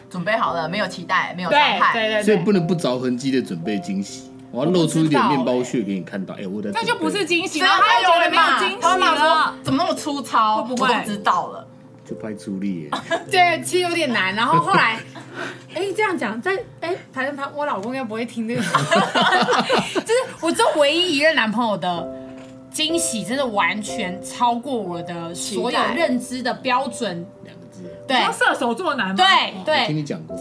S5: 准备好了，没有期待，没有伤
S3: 对
S5: 害，
S3: 对对
S7: 所以
S3: 对，
S7: 不能不着痕迹的准备惊喜，我要露出一点面包屑给你看到。哎、我的
S9: 那就不是惊喜，
S5: 所以
S9: 然后他
S5: 他
S9: 又觉得没有
S5: 骂
S9: 惊喜
S5: 他骂
S9: 了
S5: 说。怎么那么粗糙，
S9: 会不会
S5: 我都知道了，
S7: 就拍朱丽耶，
S3: 对，其实有点难。然后后来， (laughs) 哎、这样讲，但哎、反正他我老公应该不会听这个， (laughs) 就是我这唯一一任男朋友的。惊喜真的完全超过我的所有认知的标准，
S7: 两个字。
S3: 对
S9: 说射手座男吗？
S3: 对
S7: 我听
S3: 对，
S7: 你讲过，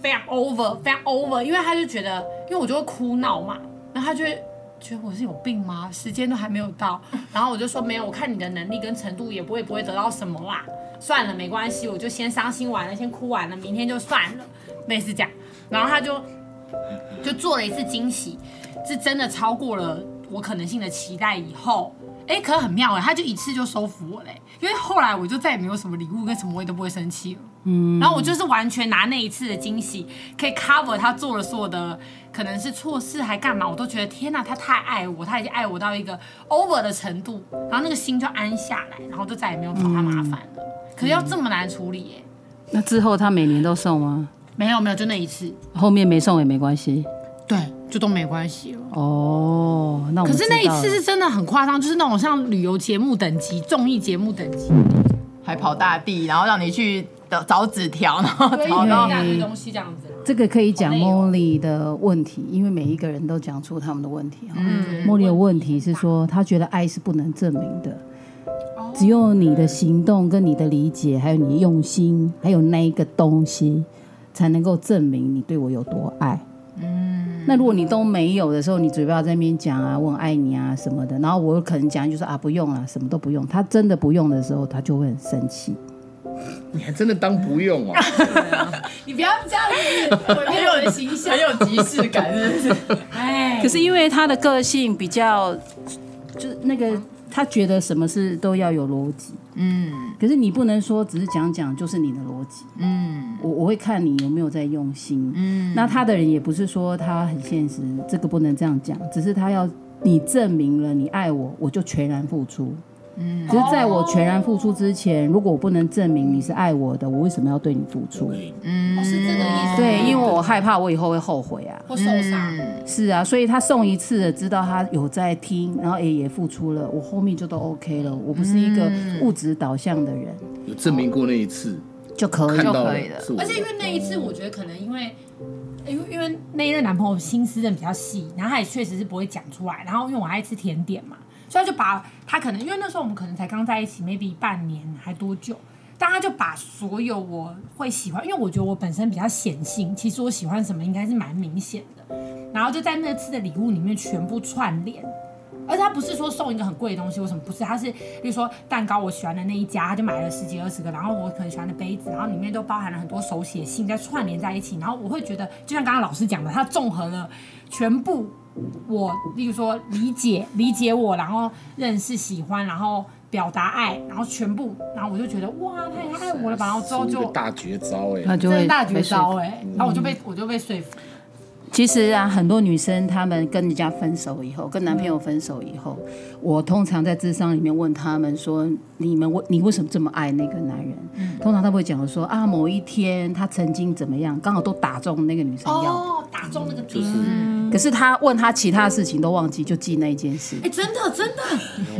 S3: 非常 over，非常 over，因为他就觉得，因为我就会哭闹嘛，然后他就会觉得我是有病吗？时间都还没有到，然后我就说没有，我看你的能力跟程度也不会不会得到什么啦，算了，没关系，我就先伤心完了，先哭完了，明天就算了，类似这样，然后他就就做了一次惊喜，是真的超过了我可能性的期待以后。哎，可很妙哎，他就一次就收服我嘞，因为后来我就再也没有什么礼物跟什么我也都不会生气了。然后我就是完全拿那一次的惊喜，可以 cover 他做了所有的可能是错事还干嘛，我都觉得天哪，他太爱我，他已经爱我到一个 over 的程度，然后那个心就安下来，然后就再也没有找他麻烦了。可是要这么难处理耶、
S4: 那之后他每年都送吗？
S3: 没有没有，就那一次，
S4: 后面没送也没关系
S3: 对，就都没关系了。
S4: 哦。那我
S3: 可
S4: 们
S3: 是那一
S4: 知道了
S3: 次是真的很夸张，就是那种像旅游节目等级、综艺节目等级，
S5: 嗯还跑大地，然后让你去找找纸条， (laughs) 然后找
S3: 一
S5: 到
S3: 大堆东西这样子。
S4: 这个可以讲
S3: 好累哦
S4: Molly 的问题，因为每一个人都讲出他们的问题哈。Molly
S3: 嗯
S4: 的问题是说，她觉得爱是不能证明的，
S3: 哦
S4: 只有你的行动、跟你的理解，还有你用心，还有那一个东西，才能够证明你对我有多爱。嗯，那如果你都没有的时候，你嘴巴在那边讲啊，我很爱你啊什么的，然后我可能讲就是啊不用了，什么都不用。他真的不用的时候，他就会很生气。
S7: 你还真的当不用
S3: (laughs)
S7: 啊？
S3: 你不要这样子毁灭我的形象，
S5: 很有即视感，是不是？
S3: 哎
S4: 可，是因为他的个性比较，就是那个他觉得什么事都要有逻辑，
S5: 嗯
S4: 可是你不能说只是讲讲就是你的逻辑。
S5: 嗯
S4: 我我会看你有没有在用心。
S5: 嗯，
S4: 那他的人也不是说他很现实，这个不能这样讲，只是他要你证明了你爱我，我就全然付出。嗯，只是在我全然付出之前，如果我不能证明你是爱我的，我为什么要对你付出？
S5: 哦嗯
S3: 我是这个意思，
S4: 对，因为我害怕我以后会后悔啊。
S3: 我受伤。
S4: 是啊，所以他送一次了，知道他有在听，然后也也付出了，我后面就都 OK 了。我不是一个
S7: 嗯
S4: 物质导向的人，
S7: 有证明过那一次，
S4: 就可以
S7: 看。到
S5: 可以了
S7: 是我的嗯
S3: 而且因为那一次，我觉得可能因为，因为因为那一任男朋友心思真的比较细，然后他也确实是不会讲出来。然后因为我爱吃甜点嘛，所以他就把他可能因为那时候我们可能才刚在一起，maybe 半年还多久，但他就把所有我会喜欢，因为我觉得我本身比较显性，其实我喜欢什么应该是蛮明显的，然后就在那次的礼物里面全部串联。而且他不是说送一个很贵的东西，为什么不是？他是，比如说蛋糕，我喜欢的那一家，他就买了十几二十个，然后我可能喜欢的杯子，然后里面都包含了很多手写信，在串联在一起，然后我会觉得，就像刚刚老师讲的，他综合了全部我，例如说理解理解我，然后认识喜欢，然后表达爱，然后全部，然后我就觉得哇，他也太爱我了吧，然后之后
S7: 出一个
S3: 就
S7: 大绝招哎、
S4: 那就
S3: 真
S4: 会
S3: 的大
S4: 被
S3: 绝
S4: 说
S3: 招哎、然后我就被我就被说服，
S4: 其实啊，很多女生她们跟人家分手以后，跟男朋友分手以后，我通常在智商里面问他们说：“你们为你为什么这么爱那个男人？”
S7: 嗯
S4: 通常他会讲说：“啊，某一天他曾经怎么样，刚好都打中那个女生要的。
S3: 哦，打中那个点。
S4: 可是他问他其他事情都忘记，就记那一件事。
S3: 哎、真的真的，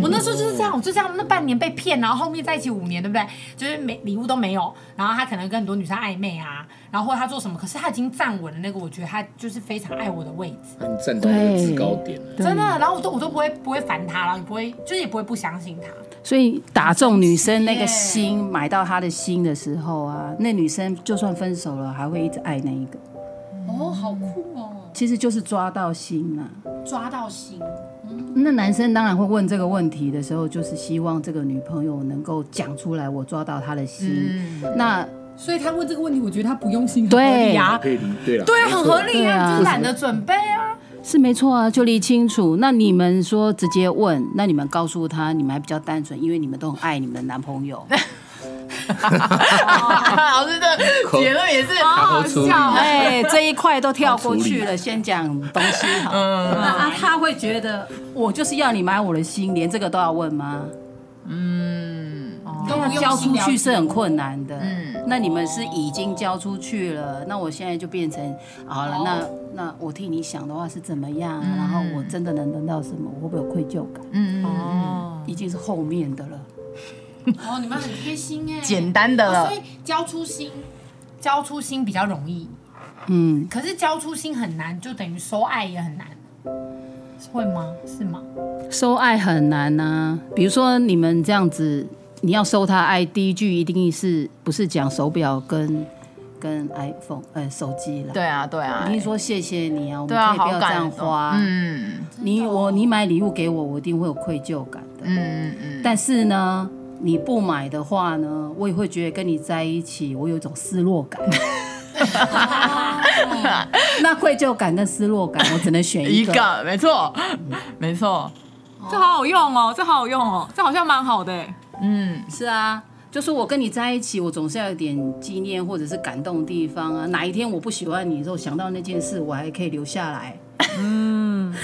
S3: 我那时候就是这样，我就这样，那半年被骗，然后后面在一起五年，对不对？就是没礼物都没有，然后他可能跟很多女生暧昧啊，然后或者他做什么，可是他已经站稳了那个，我觉得他就是非常爱我的位置，
S7: 你站到一个制高点了。
S3: 真的。然后我都我都不会不会烦他，然后也不会就是也不会不相信他，
S4: 所以打中女生那个心，买到她的心的时候啊，那女生就算分手了，还会一直爱那一个。
S3: 哦，好酷哦，
S4: 其实就是抓到心啊。
S3: 抓到心，
S4: 那男生当然会问这个问题的时候，就是希望这个女朋友能够讲出来，我抓到她的心。
S3: 嗯
S4: 那
S1: 所以他问这个问题，我觉得他不用心，
S4: 对
S1: 很合理啊，
S7: 可以理对了，
S3: 对啊，很合理
S4: 对
S3: 啊，
S4: 啊
S3: 就是懒得准备啊，
S4: 是没错啊，就理清楚。那你们说直接问，那你们告诉他，你们还比较单纯，因为你们都很爱你们的男朋友。
S5: (laughs) 老师的结论也是
S3: 啊
S7: 好处理
S4: 哎，这一块都跳过去了，先讲东西好。那啊他会觉得我就是要你买我的心，连这个都要问吗？
S1: 啊
S3: 都不用
S4: 交
S3: 心
S4: 出
S3: 聊
S4: 去是很困难的。嗯，那你们是已经交出去了，那我现在就变成好了，那那我替你想的话是怎么样？啊然后我真的能得到什么？我会不会有愧疚感？
S5: 嗯
S4: 哦，已经是后面的了。
S3: 哦，你们很贴心哎、
S5: 简单的
S3: 哦
S5: 了
S3: 所。以交出心，交出心比较容易，
S4: 嗯，
S3: 可是交出心很难，就等于收爱也很难，会吗？是吗？
S4: 收爱很难呐、比如说你们这样子，你要收他爱，第一句一定是不是讲手表跟跟 iPhone 呃手机啦？
S5: 对啊，对啊
S4: 一，定说谢谢你啊，我
S5: 对
S4: 们
S5: 啊，
S4: 可以不
S5: 好
S4: 要这
S5: 感
S4: 样
S5: 动
S4: 花。
S5: 嗯
S4: 你我你买礼物给我，我一定会有愧疚感的。
S5: 嗯嗯，
S4: 但是呢，你不买的话呢，我也会觉得跟你在一起，我有一种失落
S5: (laughs)
S4: 感。 (laughs) 那愧疚感跟失落感，我只能选
S5: 一
S4: 一个。嗯
S5: 个没错，没错，
S9: 这好好用哦，这好好用哦，这好像蛮好的欸。
S5: 嗯，
S4: 是啊，就是我跟你在一起，我总是要有点纪念或者是感动的地方啊。哪一天我不喜欢你的时候，想到那件事，我还可以留下来。
S9: 嗯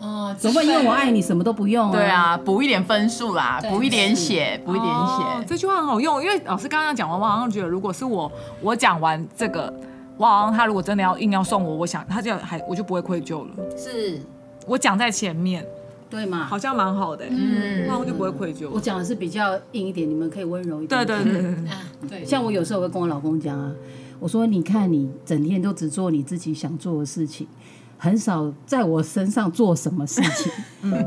S1: 哦，
S4: 总不能因为我爱你，什么都不用啊。
S5: 对，啊，补一点分数啦，补一点
S4: 嗯
S5: 血，补一点
S9: 哦
S5: 血，
S9: 这句话很好用，因为老师刚刚讲完，我好像觉得如果是我，我讲完这个，我好像他如果真的要硬要送我，我想他就还我就不会愧疚了。
S4: 是，
S9: 我讲在前面，
S4: 对嘛
S9: 好？像蛮好的欸，嗯，那我就不会愧疚
S4: 我
S9: 了。
S4: 讲的是比较硬一点，你们可以温柔一点。
S9: 对对对对，对
S1: 对，
S4: 像我有时候会跟我老公讲啊，我说你看你整天都只做你自己想做的事情，很少在我身上做什么事 (laughs) 情。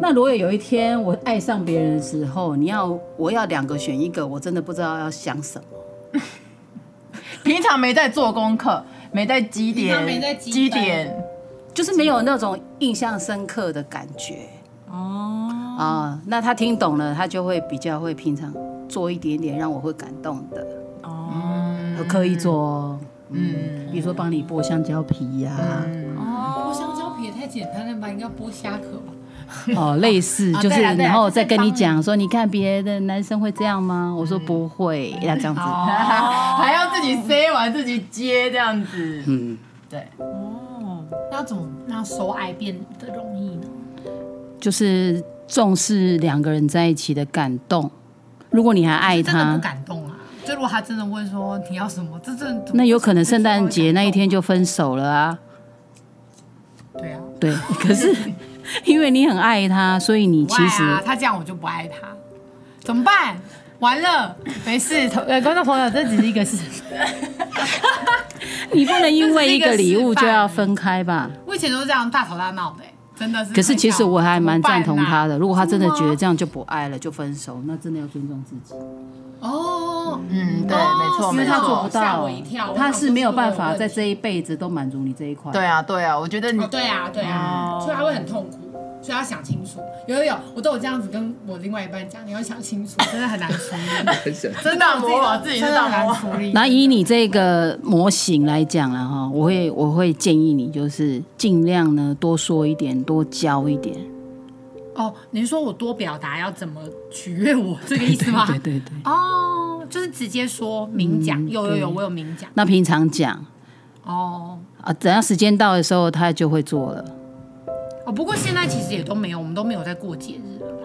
S4: 那如果有一天我爱上别人的时候，你要我要两个选一个，我真的不知道要想什么。
S5: 平常没在做功课，没在积
S1: 平常没在
S5: 点，
S1: 积
S5: 积
S1: 分
S5: 点，
S4: 就是没有那种印象深刻的感觉
S9: 哦，
S4: 啊、那他听懂了，他就会比较会平常做一点点让我会感动的，哦，刻意做哦，嗯，比如说帮你剥香蕉皮呀、
S1: 剥香蕉皮也太简单了吧？应该剥虾壳吧？
S4: (laughs) 哦，类似
S1: 啊
S4: 就是，
S1: 对啦对啦
S4: 然后再跟
S1: 就是
S4: 你
S1: 帮嗯
S4: 讲说，你看别的男生会这样吗？我说
S1: (laughs)
S4: 不会，要这样子。
S1: 哦
S5: 还要自己塞完自己接这样子，
S4: 嗯，
S5: 对，
S1: 那要怎么让收爱变得容易呢？
S4: 就是重视两个人在一起的感动。如果你还爱
S1: 真的不
S4: 他，
S1: 感动啊！就如果他真的问说你要什么，这真的怎么
S4: 那有可能圣诞节那一天就分手了啊。
S1: 对啊，
S4: 对， (laughs) 可
S1: (laughs)
S4: 是因为你很爱他，所以你
S1: 不
S4: 其实
S1: 爱啊，他这样我就不爱他，怎么办？完了，没事，同呃，观众朋友，这只是一个
S4: (laughs)
S1: 事。
S4: 你不能因为一
S1: 这
S4: 个
S1: 是一个
S4: 礼物
S1: 示范
S4: 就要分开吧。
S1: 我以前都是这样大吵大闹的、欸真的是。
S4: 可是其实我还蛮赞同他
S1: 啊的。
S4: 的，如果他真的觉得这样就不爱了，就分手，那真的要尊重自己。
S1: 哦，
S5: 嗯，对，没错，
S4: 因为
S5: 没
S4: 他哦做
S5: 错
S4: 不，
S1: 吓
S4: 到
S1: 我一跳，
S4: 他是没有办法
S1: 我想说
S4: 在这一辈子都满足你这一块。
S5: 对，啊，对啊，我觉得你
S1: 哦，对啊，对啊，
S5: 哦
S1: 所以他会很痛苦，所以要想清楚。有有有，我都有这样子跟我另外一半讲，你要想
S5: (laughs)
S1: 清楚，真的很难处理，
S7: (laughs)
S1: 真的
S5: 大魔王
S1: 我
S5: 自己是
S1: 真的
S5: 大
S1: 很
S5: 魔
S1: 难
S5: 王
S1: 处理。
S4: 那以你这个模型来讲了哈，我会我会建议你就是尽量呢多说一点，多教一点。
S1: 哦，您说我多表达要怎么取悦我，这个意思吗？ (laughs)
S4: 对嗯对。
S1: 哦，就是直接说明讲，有有有，我有明讲。
S4: 那平常讲，
S3: 哦
S4: 啊，等到时间到的时候他就会做了。
S3: 哦，不过现在其实也都没有，我们都没有在过节日了啦。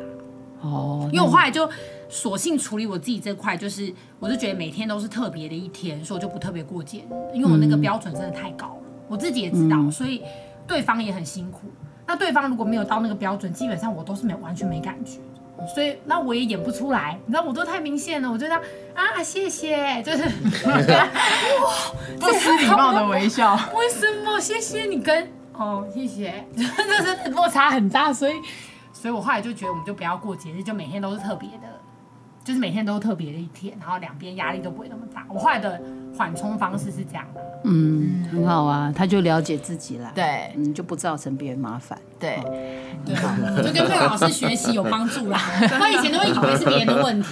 S4: 哦，
S3: 因为我后来就索性处理我自己这块，就是我就觉得每天都是特别的一天，所以我就不特别过节日，因为我那个标准真的太高了，我自己也知道，所以对方也很辛苦。那对方如果没有到那个标准，基本上我都是没有完全没感觉的，所以那我也演不出来，你知道我都太明显了，我就这样啊，谢谢，就是 (laughs)
S5: 不失礼貌的微笑。
S3: 为什么？谢谢你跟哦，谢谢， (laughs) 就是落差很大，所以，所以我后来就觉得我们就不要过节日，就每天都是特别的，就是每天都是特别的一天，然后两边压力都不会那么大。我后来的缓冲方式是这样的，
S4: 嗯，很好啊，他就了解自己啦，，
S5: 对
S4: 嗯，就不造成别人麻烦。
S5: 对，
S3: 我就跟佩老师学习有帮助啦。我以前都会以为是别人的问题，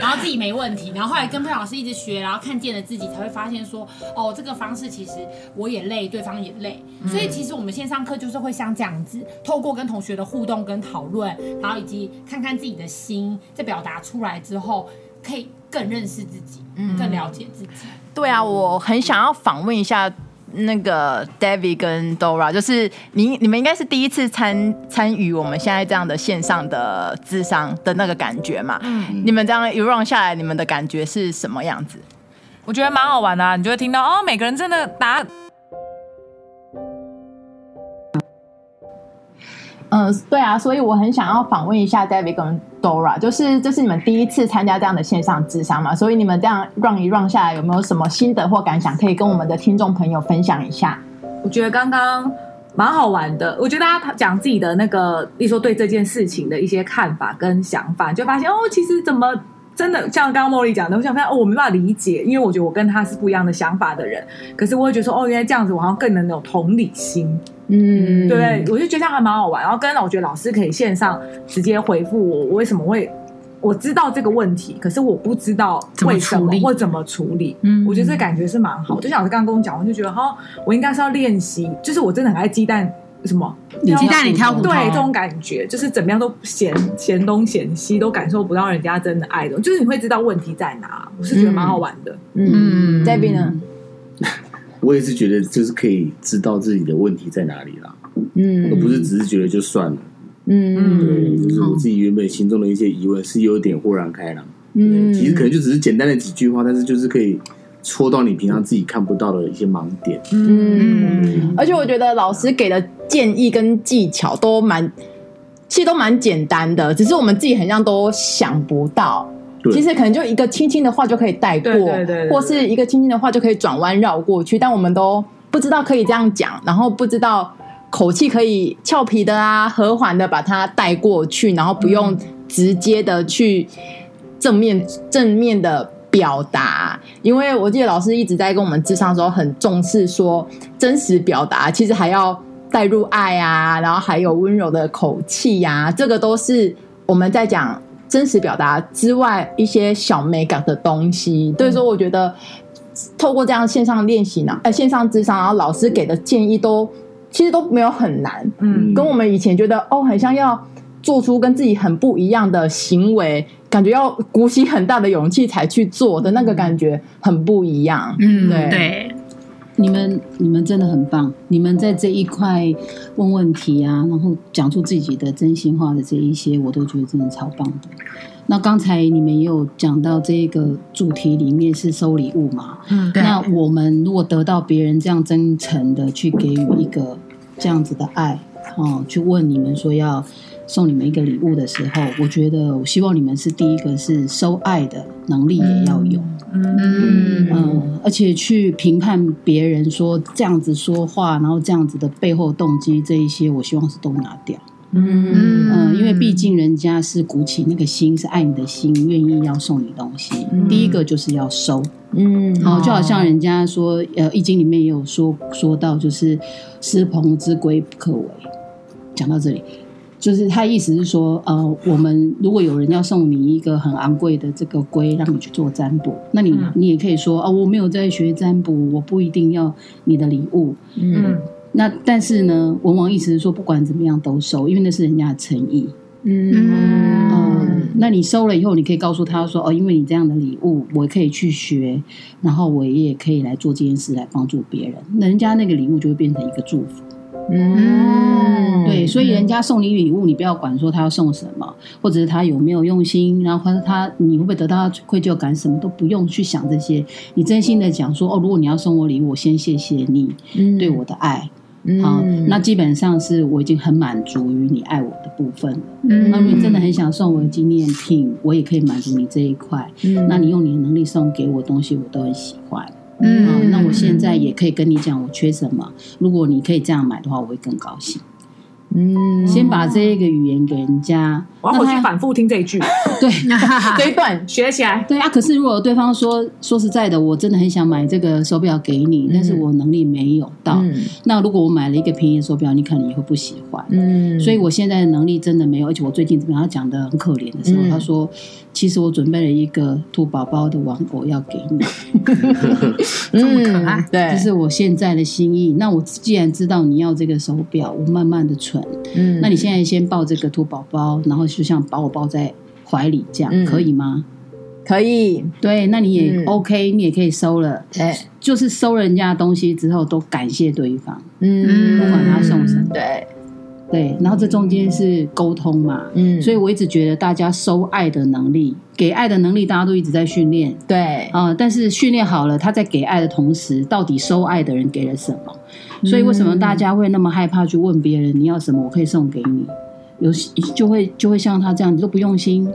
S3: 然后自己没问题，然后后来跟佩老师一直学，然后看见了自己，才会发现说，哦，这个方式其实我也累，对方也累。所以其实我们线上课就是会像这样子，透过跟同学的互动跟讨论，然后以及看看自己的心，在表达出来之后，可以更认识自己，更了解自己。
S5: 对啊，我很想要访问一下那个 David 跟 Dora，就是你你们应该是第一次参参与我们现在这样的线上的智商的那个感觉嘛？嗯，你们这样一 round 下来，你们的感觉是什么样子？
S9: (laughs) 我觉得蛮好玩的、啊，你就会听到哦，每个人真的答
S5: 嗯，对啊，所以我很想要访问一下 David 跟 Dora，就是这是你们第一次参加这样的线上智商嘛，所以你们这样 run 一 run 下来，有没有什么心得或感想可以跟我们的听众朋友分享一下？
S10: 我觉得刚刚蛮好玩的。我觉得大家讲自己的那个，例如说对这件事情的一些看法跟想法，你就发现哦，其实怎么真的像刚刚茉莉讲的，我想发现哦，我没办法理解，因为我觉得我跟他是不一样的想法的人。可是我会觉得说，哦，原来这样子，我好像更能有同理心。
S5: 嗯，
S10: 对，我就觉得这样还蛮好玩。然后跟我觉得老师可以线上直接回复我，我为什么会我知道这个问题，可是我不知道为什么或怎么处理。嗯，我觉得这感觉是蛮好。就像老师刚刚跟我讲，我就觉得哈，我应该是要练习，就是我真的很爱鸡蛋什么
S4: 你鸡蛋里挑骨头
S10: 对这种感觉，就是怎么样都嫌嫌东嫌西，都感受不到人家真的爱的，就是你会知道问题在哪。我是觉得蛮好玩的。
S5: 嗯，David 呢？
S7: 我也是觉得就是可以知道自己的问题在哪里啦，
S5: 嗯
S7: 而不是只是觉得就算了。
S5: 嗯
S7: 对，就是我自己原本心中的一些疑问是有点豁然开朗。
S5: 嗯
S7: 其实可能就只是简单的几句话，但是就是可以戳到你平常自己看不到的一些盲点。
S5: 嗯，而且我觉得老师给的建议跟技巧都蛮，其实都蛮简单的，只是我们自己很像都想不到。
S7: 对，
S5: 其实可能就一个轻轻的话就可以带过，
S10: 对对对对对
S5: 或是一个轻轻的话就可以转弯绕过去，但我们都不知道可以这样讲，然后不知道口气可以俏皮的啊、和缓的把它带过去，然后不用直接的去正面正面的。表达，因为我记得老师一直在跟我们智商的时候很重视说真实表达，其实还要带入爱啊，然后还有温柔的口气呀、这个都是我们在讲真实表达之外一些小美感的东西。所以说，我觉得透过这样线上练习呢，呃，线上智商，然后老师给的建议都其实都没有很难，
S10: 嗯
S5: 跟我们以前觉得哦，很像要做出跟自己很不一样的行为，感觉要鼓起很大的勇气才去做的那个感觉很不一样。
S4: 嗯
S5: 对
S3: 对，
S4: 你们你们真的很棒，你们在这一块问问题啊，然后讲出自己的真心话的这一些，我都觉得真的超棒的。那刚才你们也有讲到这个主题里面是收礼物嘛？嗯，那我们如果得到别人这样真诚的去给予一个这样子的爱，哦，去问你们说要送你们一个礼物的时候，我觉得我希望你们是第一个是收爱的能力也要有。嗯，而且去评判别人说这样子说话，然后这样子的背后动机，这一些我希望是都拿掉。嗯因为毕竟人家是鼓起那个心，是爱你的心，愿意要送你东西。第一个就是要收，
S5: 嗯
S4: 好、哦就好像人家说，呃，《易经》里面也有说说到，就是“师朋之归不可为”。讲到这里，就是他意思是说，呃，我们如果有人要送你一个很昂贵的这个龟，让你去做占卜，那你、你也可以说，哦，我没有在学占卜，我不一定要你的礼物。
S5: 嗯
S4: 那但是呢，往往意思是说，不管怎么样都收，因为那是人家的诚意。
S2: 嗯
S4: 嗯，那你收了以后，你可以告诉他说：“哦，因为你这样的礼物，我可以去学，然后我也可以来做这件事来帮助别人。人家那个礼物就会变成一个祝福。
S2: 嗯
S4: 对，所以人家送你礼物，你不要管说他要送什么，或者是他有没有用心，然后或者他你会不会得到愧疚感，什么都不用去想这些。你真心的讲说：哦，如果你要送我礼物，我先谢谢你对我的爱。好，那基本上是我已经很满足于你爱我的部分了。那如果你真的很想送我纪念品，我也可以满足你这一块。那你用你的能力送给我东西，我都很喜欢。嗯，那我现在也可以跟你讲我缺什么。如果你可以这样买的话，我会更高兴。嗯，先把这一个语言给人家，
S10: 我要回
S4: 那
S10: 去
S4: 他
S10: 反复听这一句，
S4: (laughs) 对 (laughs)
S5: 这一段
S10: 学起来。
S4: 对啊。可是如果对方说说实在的，我真的很想买这个手表给你，但是我能力没有
S5: 嗯
S4: 到。那如果我买了一个便宜的手表，你可能也会不喜欢。
S5: 嗯
S4: 所以我现在的能力真的没有，而且我最近这边他讲的很可怜的时
S5: 嗯
S4: 候，他说：“其实我准备了一个兔宝宝的玩偶要给你，
S5: 这么可爱，
S4: 这
S5: 对，
S4: 是我现在的心意。那我既然知道你要这个手表，我慢慢的存。
S5: 嗯
S4: 那你现在先抱这个兔宝宝，然后就像把我抱在怀里这样，
S5: 嗯
S4: 可以吗？
S5: 可以，
S4: 对，那你也
S5: 嗯
S4: OK，、你也可以收了。
S5: 对，
S4: 就是收了人家的东西之后，都感谢对方，
S5: 嗯，
S4: 不管他送什么。
S5: 对，
S4: 对，然后这中间是沟通嘛，
S5: 嗯，
S4: 所
S5: 以
S4: 以我一直觉得大家收爱的能力、给爱的能力，大家都一直在训练
S5: 对，
S4: 啊、但是训练好了，他在给爱的同时，到底收爱的人给了什么？所以为什么大家会那么害怕去问别人你要什么，我可以送给你？有就会就会像他这样，你都不用心。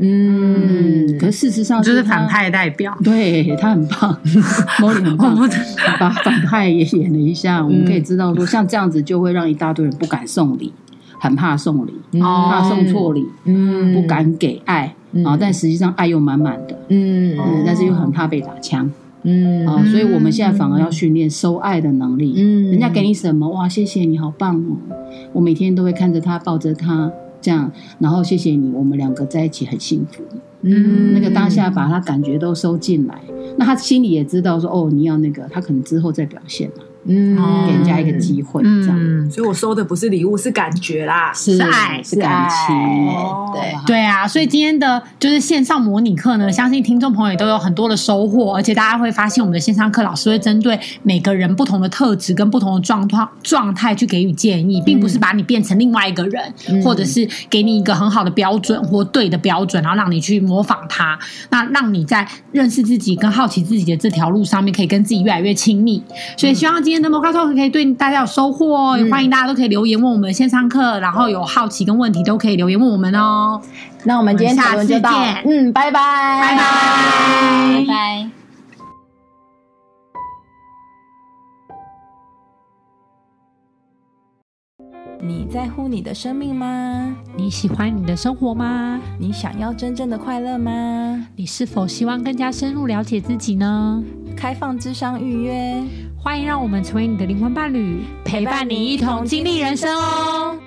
S4: 嗯，可是事实上
S11: 就是
S4: 他
S11: 反。派代表。
S4: (laughs) 对他很
S11: (laughs)
S4: 棒 m o 很棒，把反派也演了一
S11: 嗯
S4: 下。我们可以知道说，像这样子就会让一大堆人不敢送礼，很怕送礼，
S11: 哦
S4: 怕送错礼，
S5: 嗯
S4: 不，敢给爱啊，但实际上爱又满满的，
S5: 嗯
S4: 嗯，但是又很怕被打枪
S5: 嗯
S4: 啊，所以我们现在反而要训练收爱的能力。
S5: 嗯
S4: 人家给你什么，哇，谢谢你好棒哦！我每天都会看着他，抱着他这样，然后谢谢你，我们两个在一起很幸福。
S5: 嗯
S4: 那个当下把他感觉都收进来，那他心里也知道说，哦，你要那个，他可能之后再表现嘛，
S5: 嗯
S4: 哦给人家一个机会，这样
S11: 嗯，
S10: 所以我收的不是礼物，是感觉啦。
S4: 是
S1: 爱
S5: 啊
S4: 是感情，
S5: 对，
S1: 对啊，所以今天的就是线上模拟课呢，相信听众朋友也都有很多的收获，而且大家会发现我们的线上课老师会针对每个人不同的特质跟不同的状况状态去给予建
S5: 嗯
S1: 议，并不是把你变成另外一个人，或者是给你一个很好的标准或对的标准，然后让你去模仿他，那让你在认识自己跟好奇自己的这条路上面，可以跟自己越来越亲密。所以希望今天的 Mocha Talk 可以对大家有收获哦，也欢迎大家都可以留言问我们线上课，然后有好奇跟问题都可以留言问我们哦。
S5: 那我们今天讨论就到
S1: 我们下，次
S5: 嗯，拜拜，
S1: 拜拜。
S11: 拜。
S2: 你在乎你的生命吗？
S1: 你喜欢你的生活吗？
S2: 你想要真正的快乐吗？
S1: 你是否希望更加深入了解自己呢？
S2: 开放智商预约。
S1: 欢迎让我们成为你的灵魂伴侣，陪伴你一同经历人生哦。